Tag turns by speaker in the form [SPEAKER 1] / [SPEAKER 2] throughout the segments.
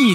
[SPEAKER 1] 一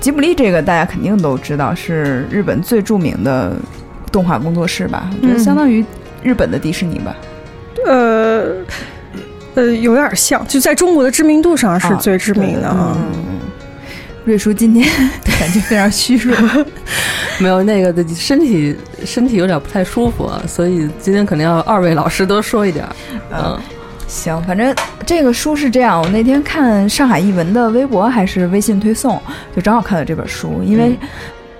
[SPEAKER 2] 吉卜力这个大家肯定都知道，是日本最著名的动画工作室吧？我觉得
[SPEAKER 3] 嗯
[SPEAKER 2] 相当于日本的迪士尼吧，
[SPEAKER 3] 呃呃，有点像，就在中国的知名度上是
[SPEAKER 2] 啊
[SPEAKER 3] 最知名的啊。
[SPEAKER 2] 嗯嗯瑞叔今天 感觉非常虚 弱，
[SPEAKER 4] 没有那个的身体身体有点不太舒服啊，所以今天肯定要二位老师多说一点儿。嗯
[SPEAKER 2] 嗯，行，反正这个书是这样，我那天看上海译文的微博还是微信推送，就正好看到这本书，因为、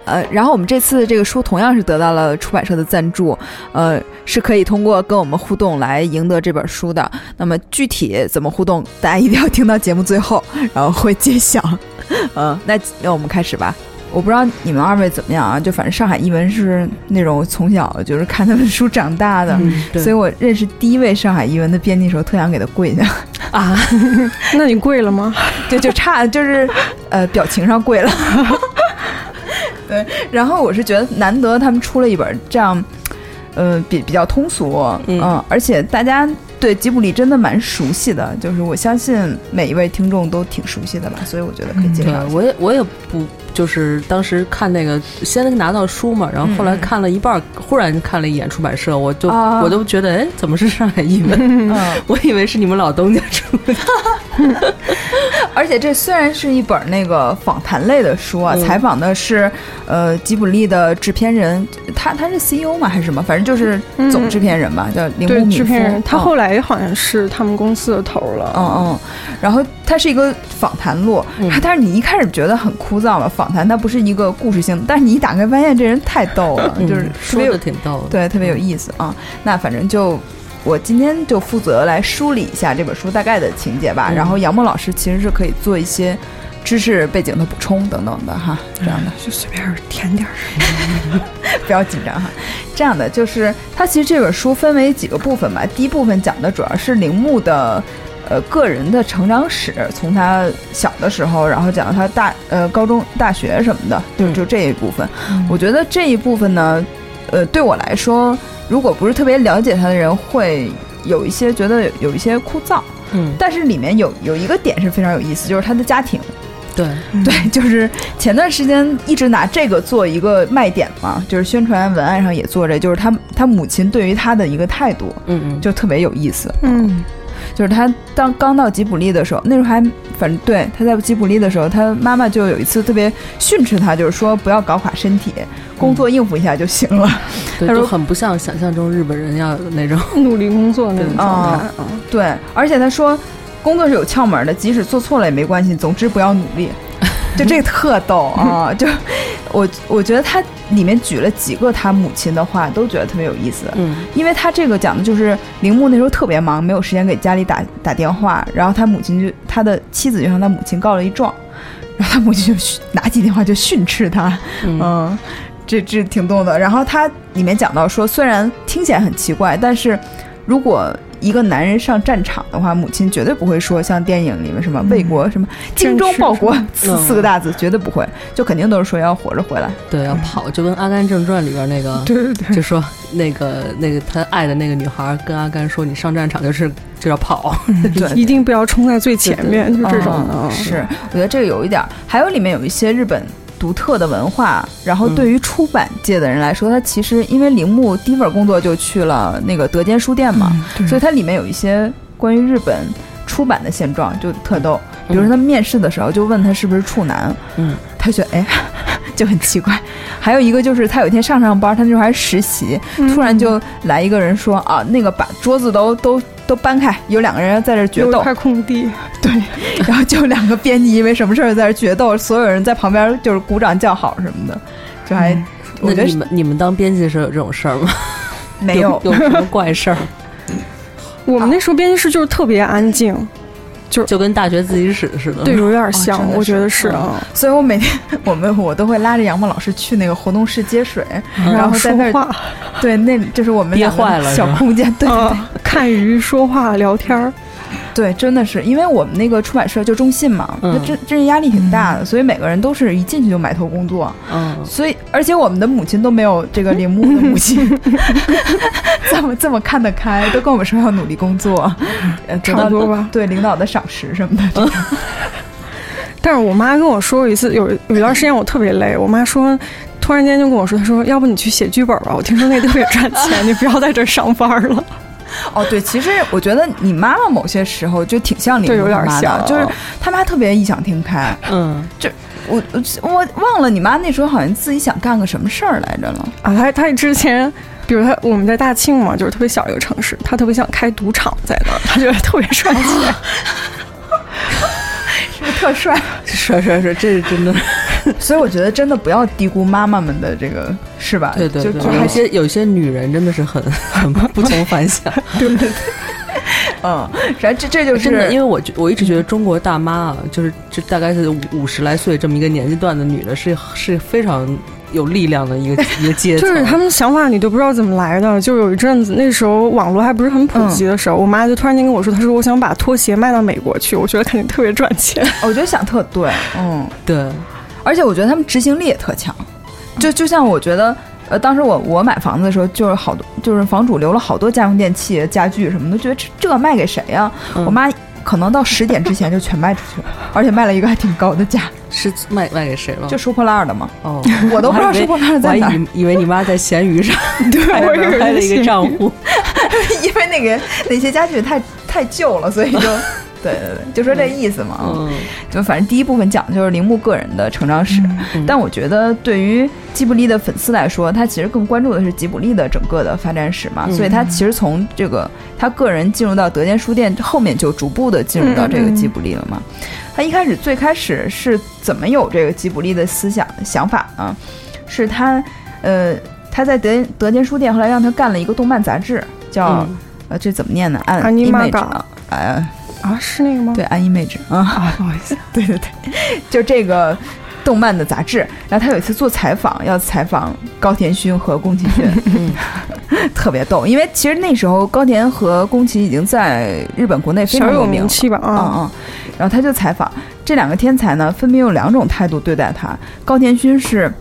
[SPEAKER 2] 呃，然后我们这次这个书同样是得到了出版社的赞助，呃，是可以通过跟我们互动来赢得这本书的。那么具体怎么互动，大家一定要听到节目最后，然后会揭晓。呃，那那我们开始吧。 我不知道你们二位怎么样啊，就反正上海译文是那种从小就是看他们书长大的，
[SPEAKER 4] 嗯，对
[SPEAKER 2] 所以我认识第一位上海译文的编辑的时候，特想给他跪下，
[SPEAKER 4] 啊，
[SPEAKER 3] 那你跪了吗？
[SPEAKER 2] 对，就差就是呃表情上跪了。 对，然后我是觉得难得他们出了一本这样，呃，比比较通俗，
[SPEAKER 4] 嗯
[SPEAKER 2] 而且大家对吉卜力真的蛮熟悉的，就是我相信每一位听众都挺熟悉的吧，所以我觉得可以介
[SPEAKER 4] 对
[SPEAKER 2] 绍一下。
[SPEAKER 4] 我也我也不就是当时看那个先拿到书嘛，然后后来
[SPEAKER 2] 嗯嗯
[SPEAKER 4] 看了一半儿，忽然看了一眼出版社，我就
[SPEAKER 2] 啊
[SPEAKER 4] 我都觉得哎，怎么是上海译文？
[SPEAKER 2] 嗯，
[SPEAKER 4] 我以为是你们老东家出的。
[SPEAKER 2] 而且这虽然是一本那个访谈类的书啊，
[SPEAKER 4] 嗯
[SPEAKER 2] 采访的是呃吉卜力的制片人，他他是 CEO 嘛还是什么，反正就是
[SPEAKER 3] 嗯
[SPEAKER 2] 总制片人吧，叫铃
[SPEAKER 3] 对
[SPEAKER 2] 木，敏
[SPEAKER 3] 制
[SPEAKER 2] 夫
[SPEAKER 3] 片人，他
[SPEAKER 2] 嗯
[SPEAKER 3] 后来好像是他们公司的头了。
[SPEAKER 2] 嗯嗯，然后它是一个访谈录，
[SPEAKER 4] 嗯
[SPEAKER 2] 但是你一开始觉得很枯燥嘛，访谈它不是一个故事性的，但是你一打开发现这人太逗了，
[SPEAKER 4] 嗯
[SPEAKER 2] 就是特
[SPEAKER 4] 说
[SPEAKER 2] 别有
[SPEAKER 4] 的挺逗的。
[SPEAKER 2] 对特
[SPEAKER 3] 嗯
[SPEAKER 2] 别有意思啊。那反正就我今天就负责来梳理一下这本书大概的情节吧，
[SPEAKER 4] 嗯
[SPEAKER 2] 然后杨默老师其实是可以做一些知识背景的补充等等的哈，这样的。
[SPEAKER 3] 就随便填点儿。
[SPEAKER 2] 不要紧张哈。这样的就是，它其实这本书分为几个部分吧。第一部分讲的主要是铃木的，呃，个人的成长史，从他小的时候，然后讲到他大呃高中、大学什么的，就
[SPEAKER 4] 嗯
[SPEAKER 2] 就这一部分。我觉得这一部分呢，呃，对我来说，如果不是特别了解他的人，会有一些觉得有有一些枯燥。
[SPEAKER 4] 嗯，
[SPEAKER 2] 但是里面有有一个点是非常有意思，就是他的家庭。
[SPEAKER 4] 对，嗯
[SPEAKER 2] 对，就是前段时间一直拿这个做一个卖点嘛，就是宣传文案上也做这，就是他他母亲对于他的一个态度
[SPEAKER 4] 嗯嗯，
[SPEAKER 2] 就特别有意思。
[SPEAKER 3] 嗯，
[SPEAKER 2] 就是他当刚到吉卜力的时候，那时候还反正对他在吉卜力的时候，他妈妈就有一次特别训斥他，就是说不要搞垮身体，工作应付一下就行了。
[SPEAKER 4] 对，
[SPEAKER 2] 他
[SPEAKER 4] 就
[SPEAKER 2] 说
[SPEAKER 4] 很不像想象中日本人要有 那种。
[SPEAKER 3] 努力工作那种状
[SPEAKER 2] 嗯
[SPEAKER 3] 态啊。
[SPEAKER 2] 对，而且他说工作是有窍门的，即使做错了也没关系，总之不要努力。就这个特逗啊！ 就我我觉得他里面举了几个他母亲的话，都觉得特别有意思。
[SPEAKER 4] 嗯
[SPEAKER 2] 因为他这个讲的就是铃木那时候特别忙，没有时间给家里打打电话，然后他母亲就他的妻子就向他母亲告了一状，然后他母亲就训拿起电话就训斥他，
[SPEAKER 4] 嗯
[SPEAKER 2] 嗯，这这挺动的。然后它里面讲到说，虽然听起来很奇怪，但是如果一个男人上战场的话，母亲绝对不会说像电影里面什么为国什么精忠报国四 四个大字，绝对不会，就肯定都是说要活着回来。
[SPEAKER 4] 对，要跑，就跟《阿甘正传》里边那个，
[SPEAKER 3] 对对对，
[SPEAKER 4] 就说那个那个他爱的那个女孩跟阿甘说：“你上战场就是就要跑。
[SPEAKER 2] 对，
[SPEAKER 3] 一定不要冲在最前面，就这种
[SPEAKER 2] 嗯
[SPEAKER 3] 的。
[SPEAKER 2] 是，我觉得这个有一点儿，还有里面有一些日本独特的文化，然后对于出版界的人来说，它其实因为铃木第一份工作就去了那个德间书店嘛，
[SPEAKER 3] 对
[SPEAKER 2] 所以它里面有一些关于日本出版的现状就特逗，比如说他们面试的时候就问他是不是处男，
[SPEAKER 4] 嗯，
[SPEAKER 2] 他觉得哎 就很奇怪。还有一个就是他有一天上上班，他那时候还实习，
[SPEAKER 3] 嗯
[SPEAKER 2] 突然就来一个人说啊，那个把桌子都都都搬开，有两个人在这儿决
[SPEAKER 3] 有一
[SPEAKER 2] 斗，
[SPEAKER 3] 块空地，
[SPEAKER 2] 然后就两个编辑因为什么事儿在这儿决斗，所有人在旁边就是鼓掌叫好什么的，就还、
[SPEAKER 3] 嗯
[SPEAKER 2] 我
[SPEAKER 4] 那
[SPEAKER 2] 觉
[SPEAKER 4] 你
[SPEAKER 2] 得
[SPEAKER 4] 们你们当编辑的时候有这种事儿吗？
[SPEAKER 2] 没有。
[SPEAKER 4] 有什么怪事儿？
[SPEAKER 3] 我们那时候编辑室就是特别安静，
[SPEAKER 4] 就跟大学自习室似的。
[SPEAKER 3] 对，，有点像，
[SPEAKER 2] 嗯哦真的
[SPEAKER 3] 我觉得
[SPEAKER 2] 是嗯
[SPEAKER 3] 是啊。
[SPEAKER 2] 所以我每天 我们我都会拉着杨梦老师去那个活动室接水，
[SPEAKER 4] 嗯
[SPEAKER 2] 嗯然后在
[SPEAKER 3] 说
[SPEAKER 2] 那儿
[SPEAKER 3] 话，
[SPEAKER 2] 对那就是我们
[SPEAKER 4] 憋
[SPEAKER 2] 两个
[SPEAKER 4] 坏了是
[SPEAKER 2] 小
[SPEAKER 4] 吧
[SPEAKER 2] 空间，对对对。
[SPEAKER 3] 啊，看鱼说话聊天 儿，
[SPEAKER 2] 对，真的是，因为我们那个出版社就中信嘛，
[SPEAKER 4] 嗯
[SPEAKER 2] 那这这压力挺大的，所以每个人都是一进去就埋头工作，
[SPEAKER 4] 嗯，
[SPEAKER 2] 所以而且我们的母亲都没有这个铃木的 母亲这么这么看得开，都跟我们说要努力工作，呃，得
[SPEAKER 3] 差
[SPEAKER 2] 到
[SPEAKER 3] 不多吧。嗯
[SPEAKER 2] 对领导的赏识什么的，
[SPEAKER 3] 但是我妈跟我说过一次，有有一段时间我特别累，我妈说，突然间就跟我说，她说，要不你去写剧本吧，我听说那特别赚 钱，你不要在这儿上班了。
[SPEAKER 2] 哦，对，其实我觉得你妈妈某些时候就挺像你
[SPEAKER 3] 对有点
[SPEAKER 2] 妈妈的
[SPEAKER 3] 像
[SPEAKER 2] 就是她妈特别异想天开。
[SPEAKER 4] 嗯，
[SPEAKER 2] 我我我忘了你妈那时候好像自己想干个什么事儿来着了。
[SPEAKER 3] 啊，她她之前。比如她，我们在大庆嘛，就是特别小一个城市，她特别想开赌场在那儿，她觉得特别赚 钱。
[SPEAKER 2] 是 不是特帅，
[SPEAKER 4] 是是是，这是真的。
[SPEAKER 2] 所以我觉得真的不要低估妈妈们的这个，是吧？
[SPEAKER 4] 对对
[SPEAKER 2] 就
[SPEAKER 4] 对，
[SPEAKER 2] 就
[SPEAKER 4] 有
[SPEAKER 2] 还是
[SPEAKER 4] 些有些女人真的是很很不 同凡响，
[SPEAKER 2] 嗯，然后这这就是
[SPEAKER 4] 真的，因为我觉我一直觉得中国大妈啊，就是就大概是五五十来岁这么一个年纪段的女的是，是非常有力量的一 个一个阶层。
[SPEAKER 3] 就是他们想法你都不知道怎么来的。就有一阵子，那时候网络还不是很普及的时候，我妈就突然间跟我说，她说我想把拖鞋卖到美国去，我觉得肯定特别赚钱。
[SPEAKER 2] 我觉得想特对，嗯，
[SPEAKER 4] 对，
[SPEAKER 2] 而且我觉得他们执行力也特强，就就像我觉得。呃，当时我我买房子的时候，就是好多就是房主留了好多家用电器、家具什么的，觉得这这卖给谁呀、
[SPEAKER 4] 嗯
[SPEAKER 2] 我妈可 能到十点之前就全卖出去了，而且卖了一个还挺高的价，
[SPEAKER 4] 是卖卖给谁了？
[SPEAKER 2] 就收破烂儿 的嘛。
[SPEAKER 4] 哦，
[SPEAKER 2] 我都不知
[SPEAKER 4] 嗯我还
[SPEAKER 2] 道
[SPEAKER 4] 以为
[SPEAKER 2] 收破烂
[SPEAKER 4] 我
[SPEAKER 2] 儿
[SPEAKER 4] 还
[SPEAKER 2] 在哪儿，
[SPEAKER 4] 以以为你妈在闲鱼 上
[SPEAKER 3] 我以为
[SPEAKER 4] 开了一个
[SPEAKER 3] 是
[SPEAKER 4] 账户，
[SPEAKER 2] 因为那个那些家具太太旧了，所以就对对对，就说这意思嘛。
[SPEAKER 4] 嗯，
[SPEAKER 2] 就反正第一部分讲的就是铃木个人的成长史，
[SPEAKER 4] 嗯
[SPEAKER 2] 但我觉得对于吉卜力的粉丝来说，他其实更关注的是吉卜力的整个的发展史嘛，
[SPEAKER 4] 嗯
[SPEAKER 2] 所以他其实从这个他个人进入到德间书店后面就逐步的进入到这
[SPEAKER 4] 嗯
[SPEAKER 2] 个吉卜力了嘛。他一开始最开始是怎么有这个吉卜力的思想想法呢？是他呃他在德德间书店后来让他干了一个动漫杂志，叫、
[SPEAKER 4] 嗯
[SPEAKER 2] 呃这怎么念呢？按
[SPEAKER 3] Animaga
[SPEAKER 2] image 啊，呃
[SPEAKER 3] 啊，是那个吗？
[SPEAKER 2] 对按 image 啊。
[SPEAKER 3] 啊，不好意思，
[SPEAKER 2] 对对对，就这个动漫的杂志。然后他有一次做采访，要采访高田勋和宫崎
[SPEAKER 3] 嗯
[SPEAKER 2] 骏， 特别逗。因为其实那时候高田和宫崎已经在日本国内非
[SPEAKER 3] 小
[SPEAKER 2] 常
[SPEAKER 3] 有
[SPEAKER 2] 名
[SPEAKER 3] 名
[SPEAKER 2] 了。
[SPEAKER 3] 气吧
[SPEAKER 2] 嗯
[SPEAKER 3] 啊。
[SPEAKER 2] 嗯，然后他就采访这两个天才呢，分别用两种态度对待他。高田勋是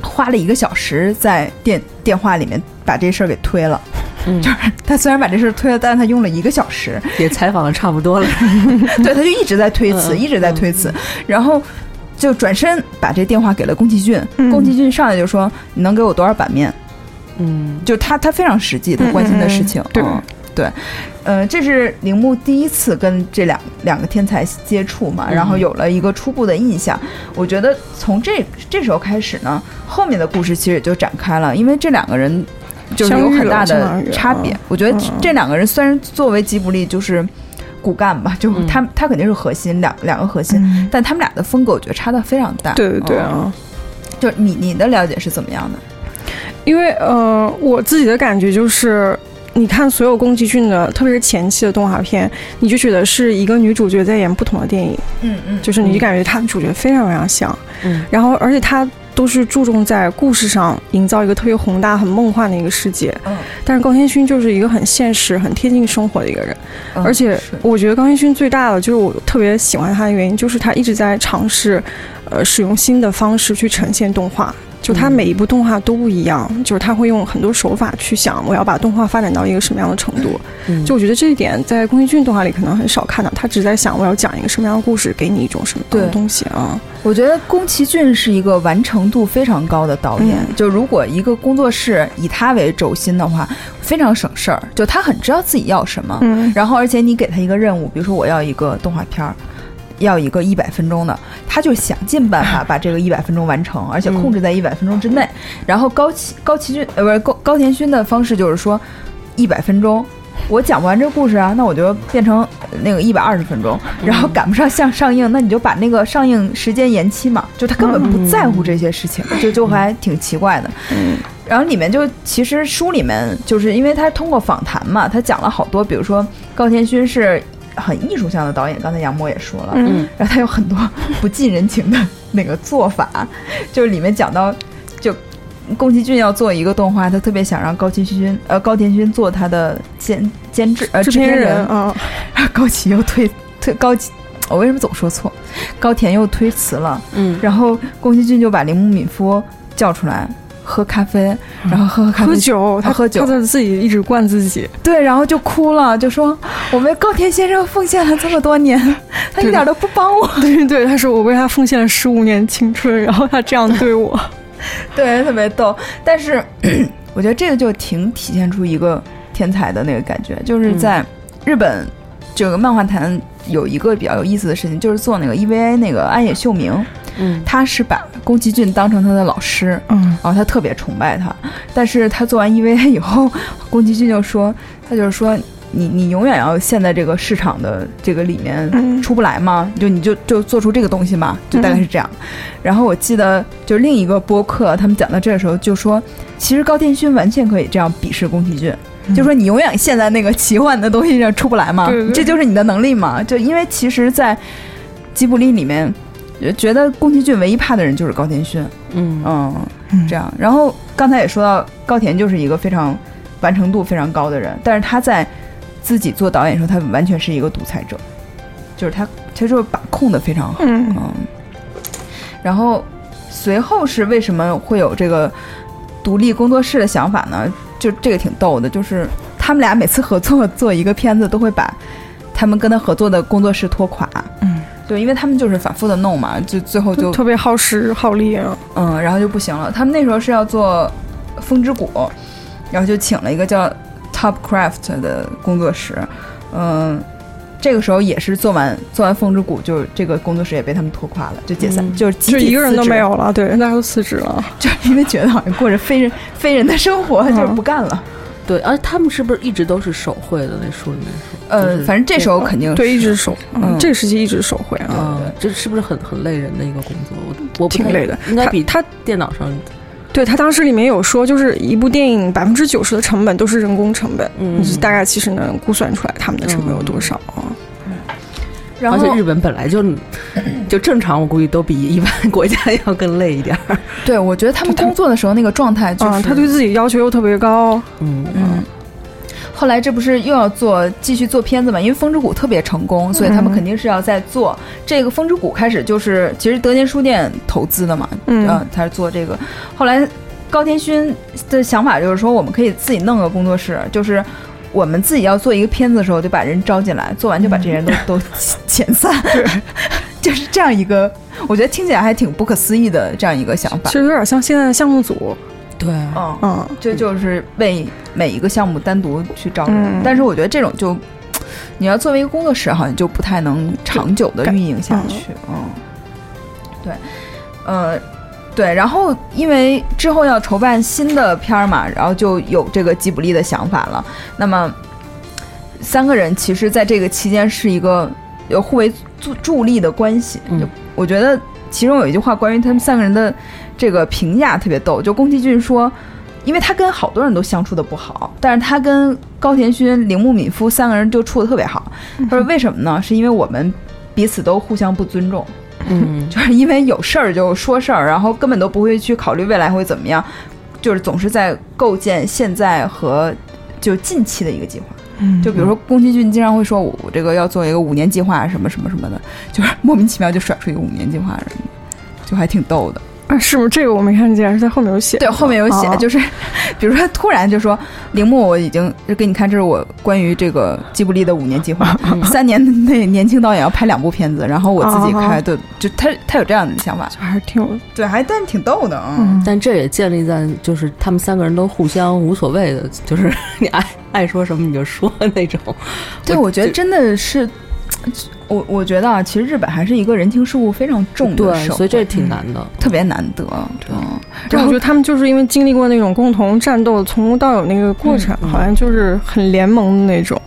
[SPEAKER 2] 花了一个小时在电电话里面把这事儿给推了，
[SPEAKER 4] 嗯
[SPEAKER 2] 就是他虽然把这事儿推了，但是他用了一个小时，
[SPEAKER 4] 也采访的差不多了，
[SPEAKER 2] 对，他就一直在推辞，
[SPEAKER 4] 嗯
[SPEAKER 2] 一直在推辞，然后就转身把这电话给了宫崎骏。
[SPEAKER 3] 嗯
[SPEAKER 2] 宫崎骏上来就说：“你能给我多少版面
[SPEAKER 4] 嗯？”。
[SPEAKER 2] 就他他非常实际，他关心的事情。
[SPEAKER 3] 嗯嗯嗯
[SPEAKER 2] 嗯对，呃，这是铃木第一次跟这两两个天才接触嘛，
[SPEAKER 4] 嗯
[SPEAKER 2] 然后有了一个初步的印象。我觉得从这这时候开始呢，后面的故事其实也就展开了，因为这两个人就是
[SPEAKER 3] 相
[SPEAKER 2] 有
[SPEAKER 3] 遇
[SPEAKER 2] 很
[SPEAKER 3] 了
[SPEAKER 2] 大
[SPEAKER 3] 相当
[SPEAKER 2] 的
[SPEAKER 3] 于
[SPEAKER 2] 差别
[SPEAKER 3] 嗯。
[SPEAKER 2] 我觉得这
[SPEAKER 3] 嗯
[SPEAKER 2] 这两个人虽然作为吉卜力就是骨干吧，就
[SPEAKER 4] 嗯
[SPEAKER 2] 他他肯定是核心，两两个核心。
[SPEAKER 3] 嗯
[SPEAKER 2] 但他们俩的风格，我觉得差的非常大。
[SPEAKER 3] 对对对
[SPEAKER 2] 嗯，
[SPEAKER 3] 啊，
[SPEAKER 2] 就是你你的了解是怎么样的？
[SPEAKER 3] 因为呃，我自己的感觉就是，你看所有宫崎骏的，特别是前期的动画片，你就觉得是一个女主角在演不同的电影，
[SPEAKER 2] 嗯嗯
[SPEAKER 3] 就是你就感觉她跟主角非常非常像，
[SPEAKER 4] 嗯
[SPEAKER 3] 然后而且她都是注重在故事上营造一个特别宏大、很梦幻的一个世界，
[SPEAKER 2] 嗯
[SPEAKER 3] 但是高天勋就是一个很现实、很贴近生活的一个人。
[SPEAKER 2] 嗯
[SPEAKER 3] 而且
[SPEAKER 2] 是
[SPEAKER 3] 我觉得高天勋最大的就是我特别喜欢他的原因，就是他一直在尝试，呃，使用新的方式去呈现动画。就他
[SPEAKER 4] 嗯
[SPEAKER 3] 每一部动画都不一样，就是他会用很多手法去想我要把动画发展到一个什么样的程度。
[SPEAKER 4] 嗯
[SPEAKER 3] 就我觉得这一点在宫崎骏动画里可能很少看到，他只在想我要讲一个什么样的故事，给你一种什么样的
[SPEAKER 2] 对
[SPEAKER 3] 东西啊。
[SPEAKER 2] 我觉得宫崎骏是一个完成度非常高的导演。
[SPEAKER 3] 嗯
[SPEAKER 2] 就如果一个工作室以他为轴心的话，非常省事儿。就他很知道自己要什么，
[SPEAKER 3] 嗯，
[SPEAKER 2] 然后而且你给他一个任务，比如说我要一个动画片儿，要一个一百分钟的，他就想尽办法把这个一百分钟完成，而且控制在一百分钟之内。然后高崎高崎骏呃不是高高田勋的方式就是说，一百分钟。我讲不完这故事啊，那我就变成呃那个一百二十分钟，然后赶不上上上映，那你就把那个上映时间延期嘛，就他根本不在乎这些事情，就就还挺奇怪的。然后里面就其实书里面就是因为他通过访谈嘛，他讲了好多，比如说高天勋是很艺术向的导演，刚才杨默也说了，
[SPEAKER 3] 嗯
[SPEAKER 2] 然后他有很多不近人情的那个做法， 就是里面讲到就。宫崎骏要做一个动画，他特别想让高天勋呃高田勋做他的监监制呃制
[SPEAKER 3] 制
[SPEAKER 2] 片
[SPEAKER 3] 片
[SPEAKER 2] 人，
[SPEAKER 3] 人啊，
[SPEAKER 2] 然后 高崎又推推高崎，我为什么总说错？高田又推辞了，
[SPEAKER 4] 嗯，
[SPEAKER 2] 然后宫崎骏就把铃木敏夫叫出来喝咖啡，然后喝喝咖啡
[SPEAKER 3] 喝酒，
[SPEAKER 2] 他
[SPEAKER 3] 他
[SPEAKER 2] 喝酒
[SPEAKER 3] 他就自己一直灌自己。
[SPEAKER 2] 对，然后就哭了，就说我为高田先生奉献了这么多 年，他一点都不帮我，
[SPEAKER 3] 对对，他说我为他奉献了十五年青春，然后他这样对我，
[SPEAKER 2] 对，特别逗。但是 我觉得这个就挺体现出一个天才的那个感觉，就是在日本这个漫画坛有一个比较有意思的事情，就是做那个 EVA 那个安野秀明，
[SPEAKER 4] 嗯
[SPEAKER 2] 他是把宫崎骏当成他的老师，
[SPEAKER 3] 嗯，
[SPEAKER 2] 然后他特别崇拜他，但是他做完 EVA 以后，宫崎骏就说，他就是说你你永远要陷在这个市场的这个里面
[SPEAKER 3] 嗯
[SPEAKER 2] 出不来嘛，就你就就做出这个东西嘛，就大概是这样。
[SPEAKER 3] 嗯
[SPEAKER 2] 然后我记得就另一个播客他们讲到这的时候就说，其实高天勋完全可以这样鄙视宫崎骏。就说你永远陷在那个奇幻的东西上出不来嘛，
[SPEAKER 3] 嗯对对
[SPEAKER 2] 这就是你的能力嘛。就因为其实，在吉卜力里面，呃觉得宫崎骏唯一怕的人就是高田勋，
[SPEAKER 4] 嗯
[SPEAKER 2] 嗯，
[SPEAKER 3] 嗯
[SPEAKER 2] 这样。然后刚才也说到，高田就是一个非常完成度非常高的人，但是他在自己做导演的时候，他完全是一个独裁者，就是他他就是把控的非常好，
[SPEAKER 3] 嗯
[SPEAKER 2] 嗯。然后随后是为什么会有这个独立工作室的想法呢？就这个挺逗的，就是他们俩每次合作做一个片子，都会把他们跟他合作的工作室拖垮，
[SPEAKER 3] 嗯，
[SPEAKER 2] 就因为他们就是反复的弄嘛，就最后就
[SPEAKER 3] 就特别耗时耗力啊，
[SPEAKER 2] 嗯，然后就不行了。他们那时候是要做《风之谷》，然后就请了一个叫 Top Craft 的工作室，嗯。这个时候也是做完做完《风之谷》，就是这个工作室也被他们拖垮了，就解散，
[SPEAKER 4] 嗯
[SPEAKER 2] 就是集
[SPEAKER 3] 就
[SPEAKER 2] 体
[SPEAKER 3] 一个人
[SPEAKER 2] 辞
[SPEAKER 3] 都
[SPEAKER 2] 职
[SPEAKER 3] 没，有了，对，大家都辞职了，
[SPEAKER 2] 就是因为觉得好像过着非人非人的生活，
[SPEAKER 3] 嗯
[SPEAKER 2] 就是不干了。
[SPEAKER 4] 对，而他们是不是一直都是手绘的？那书里面说，
[SPEAKER 2] 呃，
[SPEAKER 4] 就是
[SPEAKER 2] 反正这时候肯定
[SPEAKER 3] 对，一直手，
[SPEAKER 2] 嗯
[SPEAKER 3] 嗯，这个时期一直手绘啊，
[SPEAKER 4] 啊，这是不是很很累人的一个工作？我我不
[SPEAKER 3] 挺
[SPEAKER 4] 太
[SPEAKER 3] 累的，
[SPEAKER 4] 应该
[SPEAKER 3] 他
[SPEAKER 4] 比
[SPEAKER 3] 他
[SPEAKER 4] 电脑上，
[SPEAKER 3] 对他当时里面有说，就是一部电影百分之九十的成本都是人工成本，
[SPEAKER 4] 嗯
[SPEAKER 3] 你，就大概其实能估算出来他们的成本有多少啊。
[SPEAKER 2] 然
[SPEAKER 4] 而
[SPEAKER 2] 后
[SPEAKER 4] 且日本本来 就就正常，我估计都比一般国家要更累一点儿。
[SPEAKER 2] 对我觉得他们
[SPEAKER 3] 就他
[SPEAKER 2] 工作的时候那个状态就是、
[SPEAKER 3] 啊，他对自己要求又特别高，
[SPEAKER 4] 嗯
[SPEAKER 2] 嗯，后来这不是又要做继续做片子嘛？因为《风之谷》特别成功，所以他们
[SPEAKER 3] 嗯
[SPEAKER 2] 肯定是要再做。这个《风之谷》开始就是其实德间书店投资的嘛，
[SPEAKER 3] 嗯
[SPEAKER 2] 呃，他是做这个。后来高天勋的想法就是说，我们可以自己弄个工作室，就是。我们自己要做一个片子的时候，就把人招进来，做完就把这些人
[SPEAKER 3] 嗯
[SPEAKER 2] 都、 都遣散， 就是这样一个，我觉得听起来还挺不可思议的这样一个想法
[SPEAKER 3] 其。实有点像现在的项目组，
[SPEAKER 4] 对，
[SPEAKER 2] 嗯，
[SPEAKER 3] 嗯，
[SPEAKER 2] 这就是为每一个项目单独去招人，
[SPEAKER 3] 嗯
[SPEAKER 2] 但是我觉得这种就，你要作为一个工作室，好像就不太能长久的运营下去。嗯，对，呃，对，然后因为之后要筹办新的片儿嘛，然后就有这个吉卜力的想法了。那么三个人其实在这个期间是一个有互为助助力的关系。
[SPEAKER 4] 嗯
[SPEAKER 2] 就我觉得其中有一句话关于他们三个人的这个评价特别逗，就宫崎骏说。因为他跟好多人都相处的不好，但是他跟高田勋、铃木敏夫三个人就处的特别好。他 说为什么呢？是因为我们彼此都互相不尊重，
[SPEAKER 4] 嗯，
[SPEAKER 2] 就是因为有事儿就说事儿，然后根本都不会去考虑未来会怎么样，就是总是在构建现在和就近期的一个计划。
[SPEAKER 3] 嗯
[SPEAKER 2] 就比如说宫崎骏经常会说我，我这个要做一个五年计划什么什么什么的，就是莫名其妙就甩出一个五年计划什么的，就还挺逗的。
[SPEAKER 3] 啊，是不是这个我没看见？是在后面有写
[SPEAKER 2] 对，后面有写，
[SPEAKER 3] 哦
[SPEAKER 2] 就是比如说突然就说铃木，我已经就给你看，这是我关于这个吉卜力的五年计划，
[SPEAKER 4] 嗯
[SPEAKER 2] 三年内年轻导演要拍两部片子，然后我自己
[SPEAKER 4] 哦
[SPEAKER 2] 开，对，就他他有这样的想法，
[SPEAKER 3] 就还是挺有
[SPEAKER 2] 对，还但挺逗的啊
[SPEAKER 3] 嗯，
[SPEAKER 4] 但这也建立在就是他们三个人都互相无所谓的，就是 你爱爱说什么你就说那种。
[SPEAKER 2] 对，我觉得真的是，我我觉得啊，其实日本还是一个人情世故非常重的
[SPEAKER 4] 对，
[SPEAKER 2] 社
[SPEAKER 4] 所以
[SPEAKER 2] 会，嗯
[SPEAKER 4] 这挺难的。
[SPEAKER 2] 特别难得，嗯，
[SPEAKER 3] 对，我觉得他们就是因为经历过那种共同战斗，从无到有那个过程，
[SPEAKER 4] 嗯嗯
[SPEAKER 3] 好像就是很联盟的那种。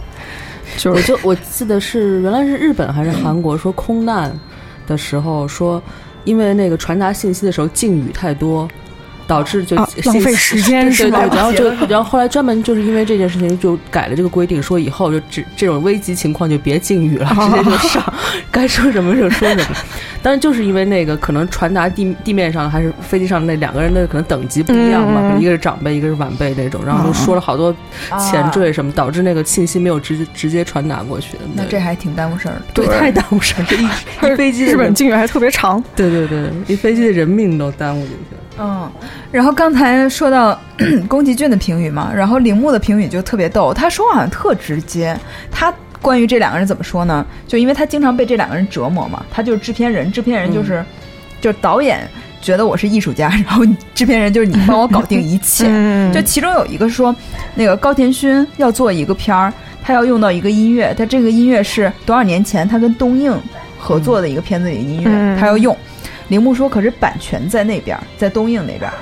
[SPEAKER 3] 就
[SPEAKER 4] 我
[SPEAKER 3] 是
[SPEAKER 4] 就我记得是原来是日本还是韩国说空难的时候说，因为那个传达信息的时候敬语太多，导致就
[SPEAKER 3] 啊
[SPEAKER 4] 信息、
[SPEAKER 3] 浪费时间是
[SPEAKER 4] 对
[SPEAKER 3] 吧
[SPEAKER 4] 对，？ 然后就然后后来专门就是因为这件事情就改了这个规定，说以后就这这种危急情况就别敬语了， 直接就上， 该说什么就说什么。但是就是因为那个可能传达地地面上还是飞机上那两个人的可能等级不一样嘛，
[SPEAKER 3] 嗯嗯嗯嗯
[SPEAKER 4] 可能一个是长辈，一个是晚辈那种，然后就说了好多
[SPEAKER 3] 啊
[SPEAKER 4] 前缀什么，导致那个信息没有直接直接传达过去。
[SPEAKER 2] 啊那
[SPEAKER 4] 对
[SPEAKER 2] 这还挺耽误事儿的。
[SPEAKER 4] 对
[SPEAKER 3] 对
[SPEAKER 4] 太耽误事儿，这一一飞机的
[SPEAKER 3] 日本
[SPEAKER 4] 人
[SPEAKER 3] 敬语还特别长，
[SPEAKER 4] 对对对，一飞机的人命都耽误进去了。
[SPEAKER 2] 嗯，然后刚才说到 宫崎骏的评语嘛，然后铃木的评语就特别逗，他说话好像特直接。他关于这两个人怎么说呢？就因为他经常被这两个人折磨嘛，他就是制片人，制片人就是、就是导演觉得我是艺术家，然后你制片人就是你帮我搞定一 切。
[SPEAKER 3] 嗯，
[SPEAKER 2] 就其中有一个说，那个高田勋要做一个片儿，他要用到一个音乐，他这个音乐是多少年前他跟东映合作的一个片子里的音乐，
[SPEAKER 3] 嗯
[SPEAKER 2] 他要用。铃木说，可是版权在那边儿，在东映那边儿。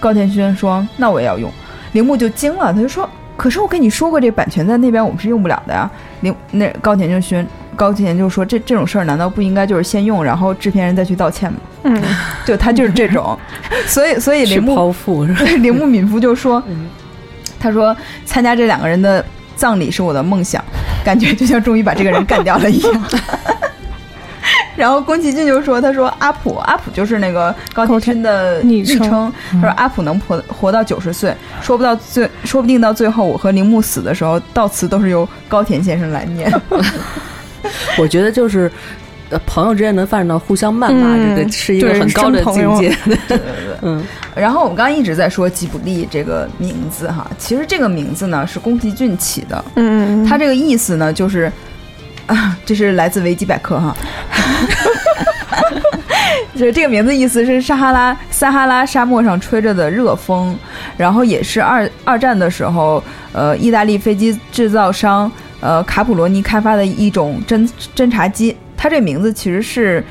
[SPEAKER 2] 高田勋说，那我也要用。铃木就惊了，他就说，可是我跟你说过，这版权在那边我们是用不了的呀。铃那高田就勋。高田就说：“这这种事儿难道不应该就是先用，然后制片人再去道歉吗？
[SPEAKER 3] 嗯，
[SPEAKER 2] 就他就是这种，所以所以
[SPEAKER 4] 去
[SPEAKER 2] 铃木
[SPEAKER 4] 剖腹是吧？
[SPEAKER 2] 对， 铃木敏夫就说
[SPEAKER 4] 嗯，
[SPEAKER 2] 他说参加这两个人的葬礼是我的梦想，感觉就像终于把这个人干掉了一样。 然后宫崎骏就说：“他说阿普，阿普就是那个高田勋的昵
[SPEAKER 3] 昵
[SPEAKER 2] 称。嗯
[SPEAKER 3] 称
[SPEAKER 2] 他说阿普能活活到九十岁，说不到最，说不定到最后我和铃木死的时候，悼词都是由高田先生来念。
[SPEAKER 4] 我觉得就是。呃，朋友之间能发展到互相谩骂，
[SPEAKER 3] 嗯
[SPEAKER 4] 这个是一个
[SPEAKER 3] 对
[SPEAKER 4] 很高的
[SPEAKER 3] 真朋
[SPEAKER 4] 境
[SPEAKER 3] 友
[SPEAKER 4] 界。嗯，
[SPEAKER 2] 然后我们刚刚一直在说吉卜力这个名字哈，其实这个名字呢是宫崎骏起的，
[SPEAKER 3] 嗯，
[SPEAKER 2] 它这个意思呢，就是啊，这是来自维基百科哈。 就是这个名字意思是撒哈拉撒哈拉沙漠上吹着的热风，然后也是二二战的时候，呃，意大利飞机制造商呃卡普罗尼开发的一种侦侦察机。它这名字其实是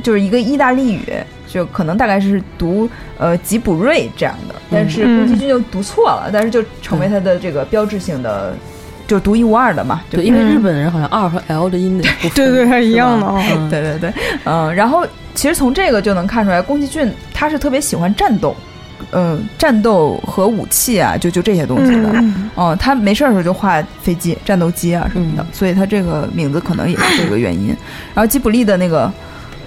[SPEAKER 2] 就是一个意大利语，就可能大概是读呃吉卜瑞这样的，但是宫
[SPEAKER 3] 嗯
[SPEAKER 2] 崎骏就读错了，但是就成为它的这个标志性的，就独一无二的嘛，就
[SPEAKER 4] 对，因为日本人好像 R 和 L 的音的也不分
[SPEAKER 3] 对对，还一样的。
[SPEAKER 4] 是吧
[SPEAKER 3] 啊。
[SPEAKER 4] 嗯
[SPEAKER 2] 哦对对对，嗯，然后其实从这个就能看出来，宫崎骏他是特别喜欢战斗，嗯、战斗和武器啊，就就这些东西的。嗯
[SPEAKER 3] 嗯，
[SPEAKER 2] 他没事儿的时候就画飞机、战斗机啊什么的，
[SPEAKER 4] 嗯
[SPEAKER 2] 所以他这个名字可能也是这个原因。然后吉卜力的那个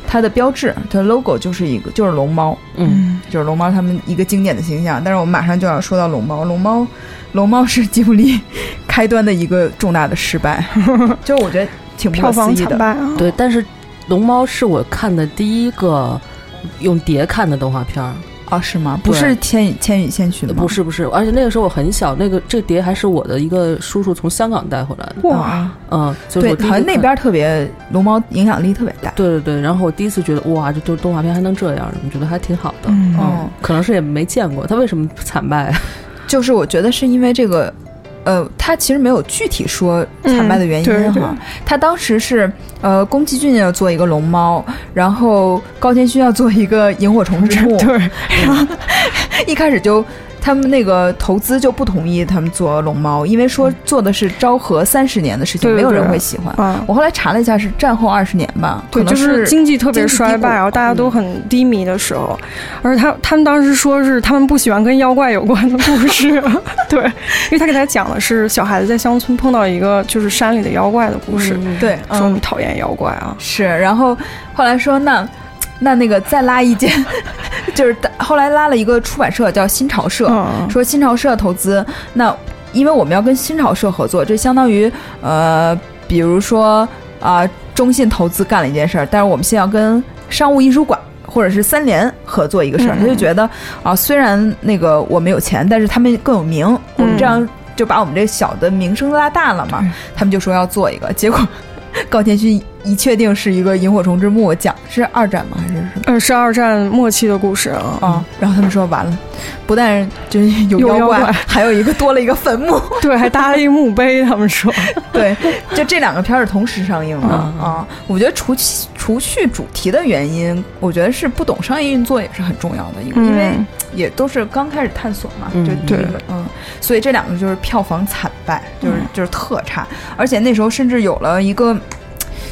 [SPEAKER 2] 它的标志，它的 logo 就是一个就是龙猫，
[SPEAKER 4] 嗯，
[SPEAKER 2] 就是龙猫他们一个经典的形象。但是我们马上就要说到龙猫，龙猫，龙猫是吉卜力开端的一个重大的 失败，就是我觉得挺不
[SPEAKER 3] 嗯票
[SPEAKER 2] 可
[SPEAKER 3] 房
[SPEAKER 2] 思议
[SPEAKER 3] 惨
[SPEAKER 2] 的。
[SPEAKER 3] 败啊，
[SPEAKER 4] 对。但是《龙猫》是我看的第一个用碟看的动画片儿，
[SPEAKER 2] 啊，是吗？不
[SPEAKER 4] 对
[SPEAKER 2] 是《千与千与千寻》吗？
[SPEAKER 4] 不是不是，而且那个时候我很小，那个这个碟还是我的一个叔叔从香港带回来的。
[SPEAKER 3] 哇，
[SPEAKER 2] 啊，
[SPEAKER 4] 嗯，就是
[SPEAKER 2] 对
[SPEAKER 4] 我，第一
[SPEAKER 2] 好像
[SPEAKER 4] 个
[SPEAKER 2] 那
[SPEAKER 4] 看
[SPEAKER 2] 边儿特别龙猫影响力特别大。
[SPEAKER 4] 对对对，然后我第一次觉得哇，这就动画片还能这样，我觉得还挺好的。
[SPEAKER 3] 嗯
[SPEAKER 2] 嗯，
[SPEAKER 4] 可能是也没见过，他为什么惨败啊？
[SPEAKER 2] 就是我觉得是因为这个，呃，他其实没有具体说惨败的原因
[SPEAKER 3] 嗯对
[SPEAKER 2] 哈。他当时是呃，宫崎骏要做一个龙猫，然后高田勋要做一个萤火虫之墓，
[SPEAKER 3] 对，
[SPEAKER 2] 一开始就。他们那个投资就不同意他们做龙猫，因为说做的是昭和三十年的事情，
[SPEAKER 3] 对对
[SPEAKER 2] 没有人
[SPEAKER 3] 对
[SPEAKER 2] 会喜欢。
[SPEAKER 3] 啊，
[SPEAKER 2] 我后来查了一下，是战后二十年吧，可
[SPEAKER 3] 对，
[SPEAKER 2] 能
[SPEAKER 3] 就是经济特别
[SPEAKER 2] 经济
[SPEAKER 3] 衰
[SPEAKER 2] 低谷嗯
[SPEAKER 3] 败，然后大家都很低迷的时候，而且他他们当时说是他们不喜欢跟妖怪有关的故事， 对，因为他给他讲的是小孩子在乡村碰到一个就是山里的妖怪的故事，
[SPEAKER 2] 对，嗯
[SPEAKER 3] 说我们讨厌妖怪啊，
[SPEAKER 2] 是，然后后来说那那那个再拉一间， 就是后来拉了一个出版社叫新潮社，
[SPEAKER 3] 嗯，
[SPEAKER 2] 说新潮社投资，那因为我们要跟新潮社合作，这相当于呃，比如说啊、中信投资干了一件事儿，但是我们现在要跟商务艺术馆。或者是三联合作一个事儿，
[SPEAKER 3] 嗯
[SPEAKER 2] 他就觉得啊，虽然那个我们有钱，但是他们更有名，我们这样就把我们这小的名声拉大了嘛。
[SPEAKER 3] 嗯
[SPEAKER 2] 他们就说要做一个，结果 高田勋一确定是一个《萤火虫之墓》讲是二战吗？还是什么？
[SPEAKER 3] 呃，是二战末期的故事啊。
[SPEAKER 2] 啊、然后他们说完了，不但就是有
[SPEAKER 3] 有
[SPEAKER 2] 妖
[SPEAKER 3] 妖
[SPEAKER 2] 怪，
[SPEAKER 3] 怪
[SPEAKER 2] 还有一个多了一个坟墓。
[SPEAKER 3] 对，还搭了一墓碑，他们说。
[SPEAKER 2] 对，就这两个片儿是同时上映的啊、
[SPEAKER 4] 嗯
[SPEAKER 2] 我觉得除其除去主题的原因，我觉得是不懂商业运作也是很重要的一个，因为
[SPEAKER 3] 嗯
[SPEAKER 2] 也都是刚开始探索嘛，
[SPEAKER 4] 嗯
[SPEAKER 2] 就
[SPEAKER 3] 对
[SPEAKER 2] 第一个嗯，所以这两个就是票房惨败，就是、
[SPEAKER 3] 嗯
[SPEAKER 2] 就是特差，而且那时候甚至有了一个，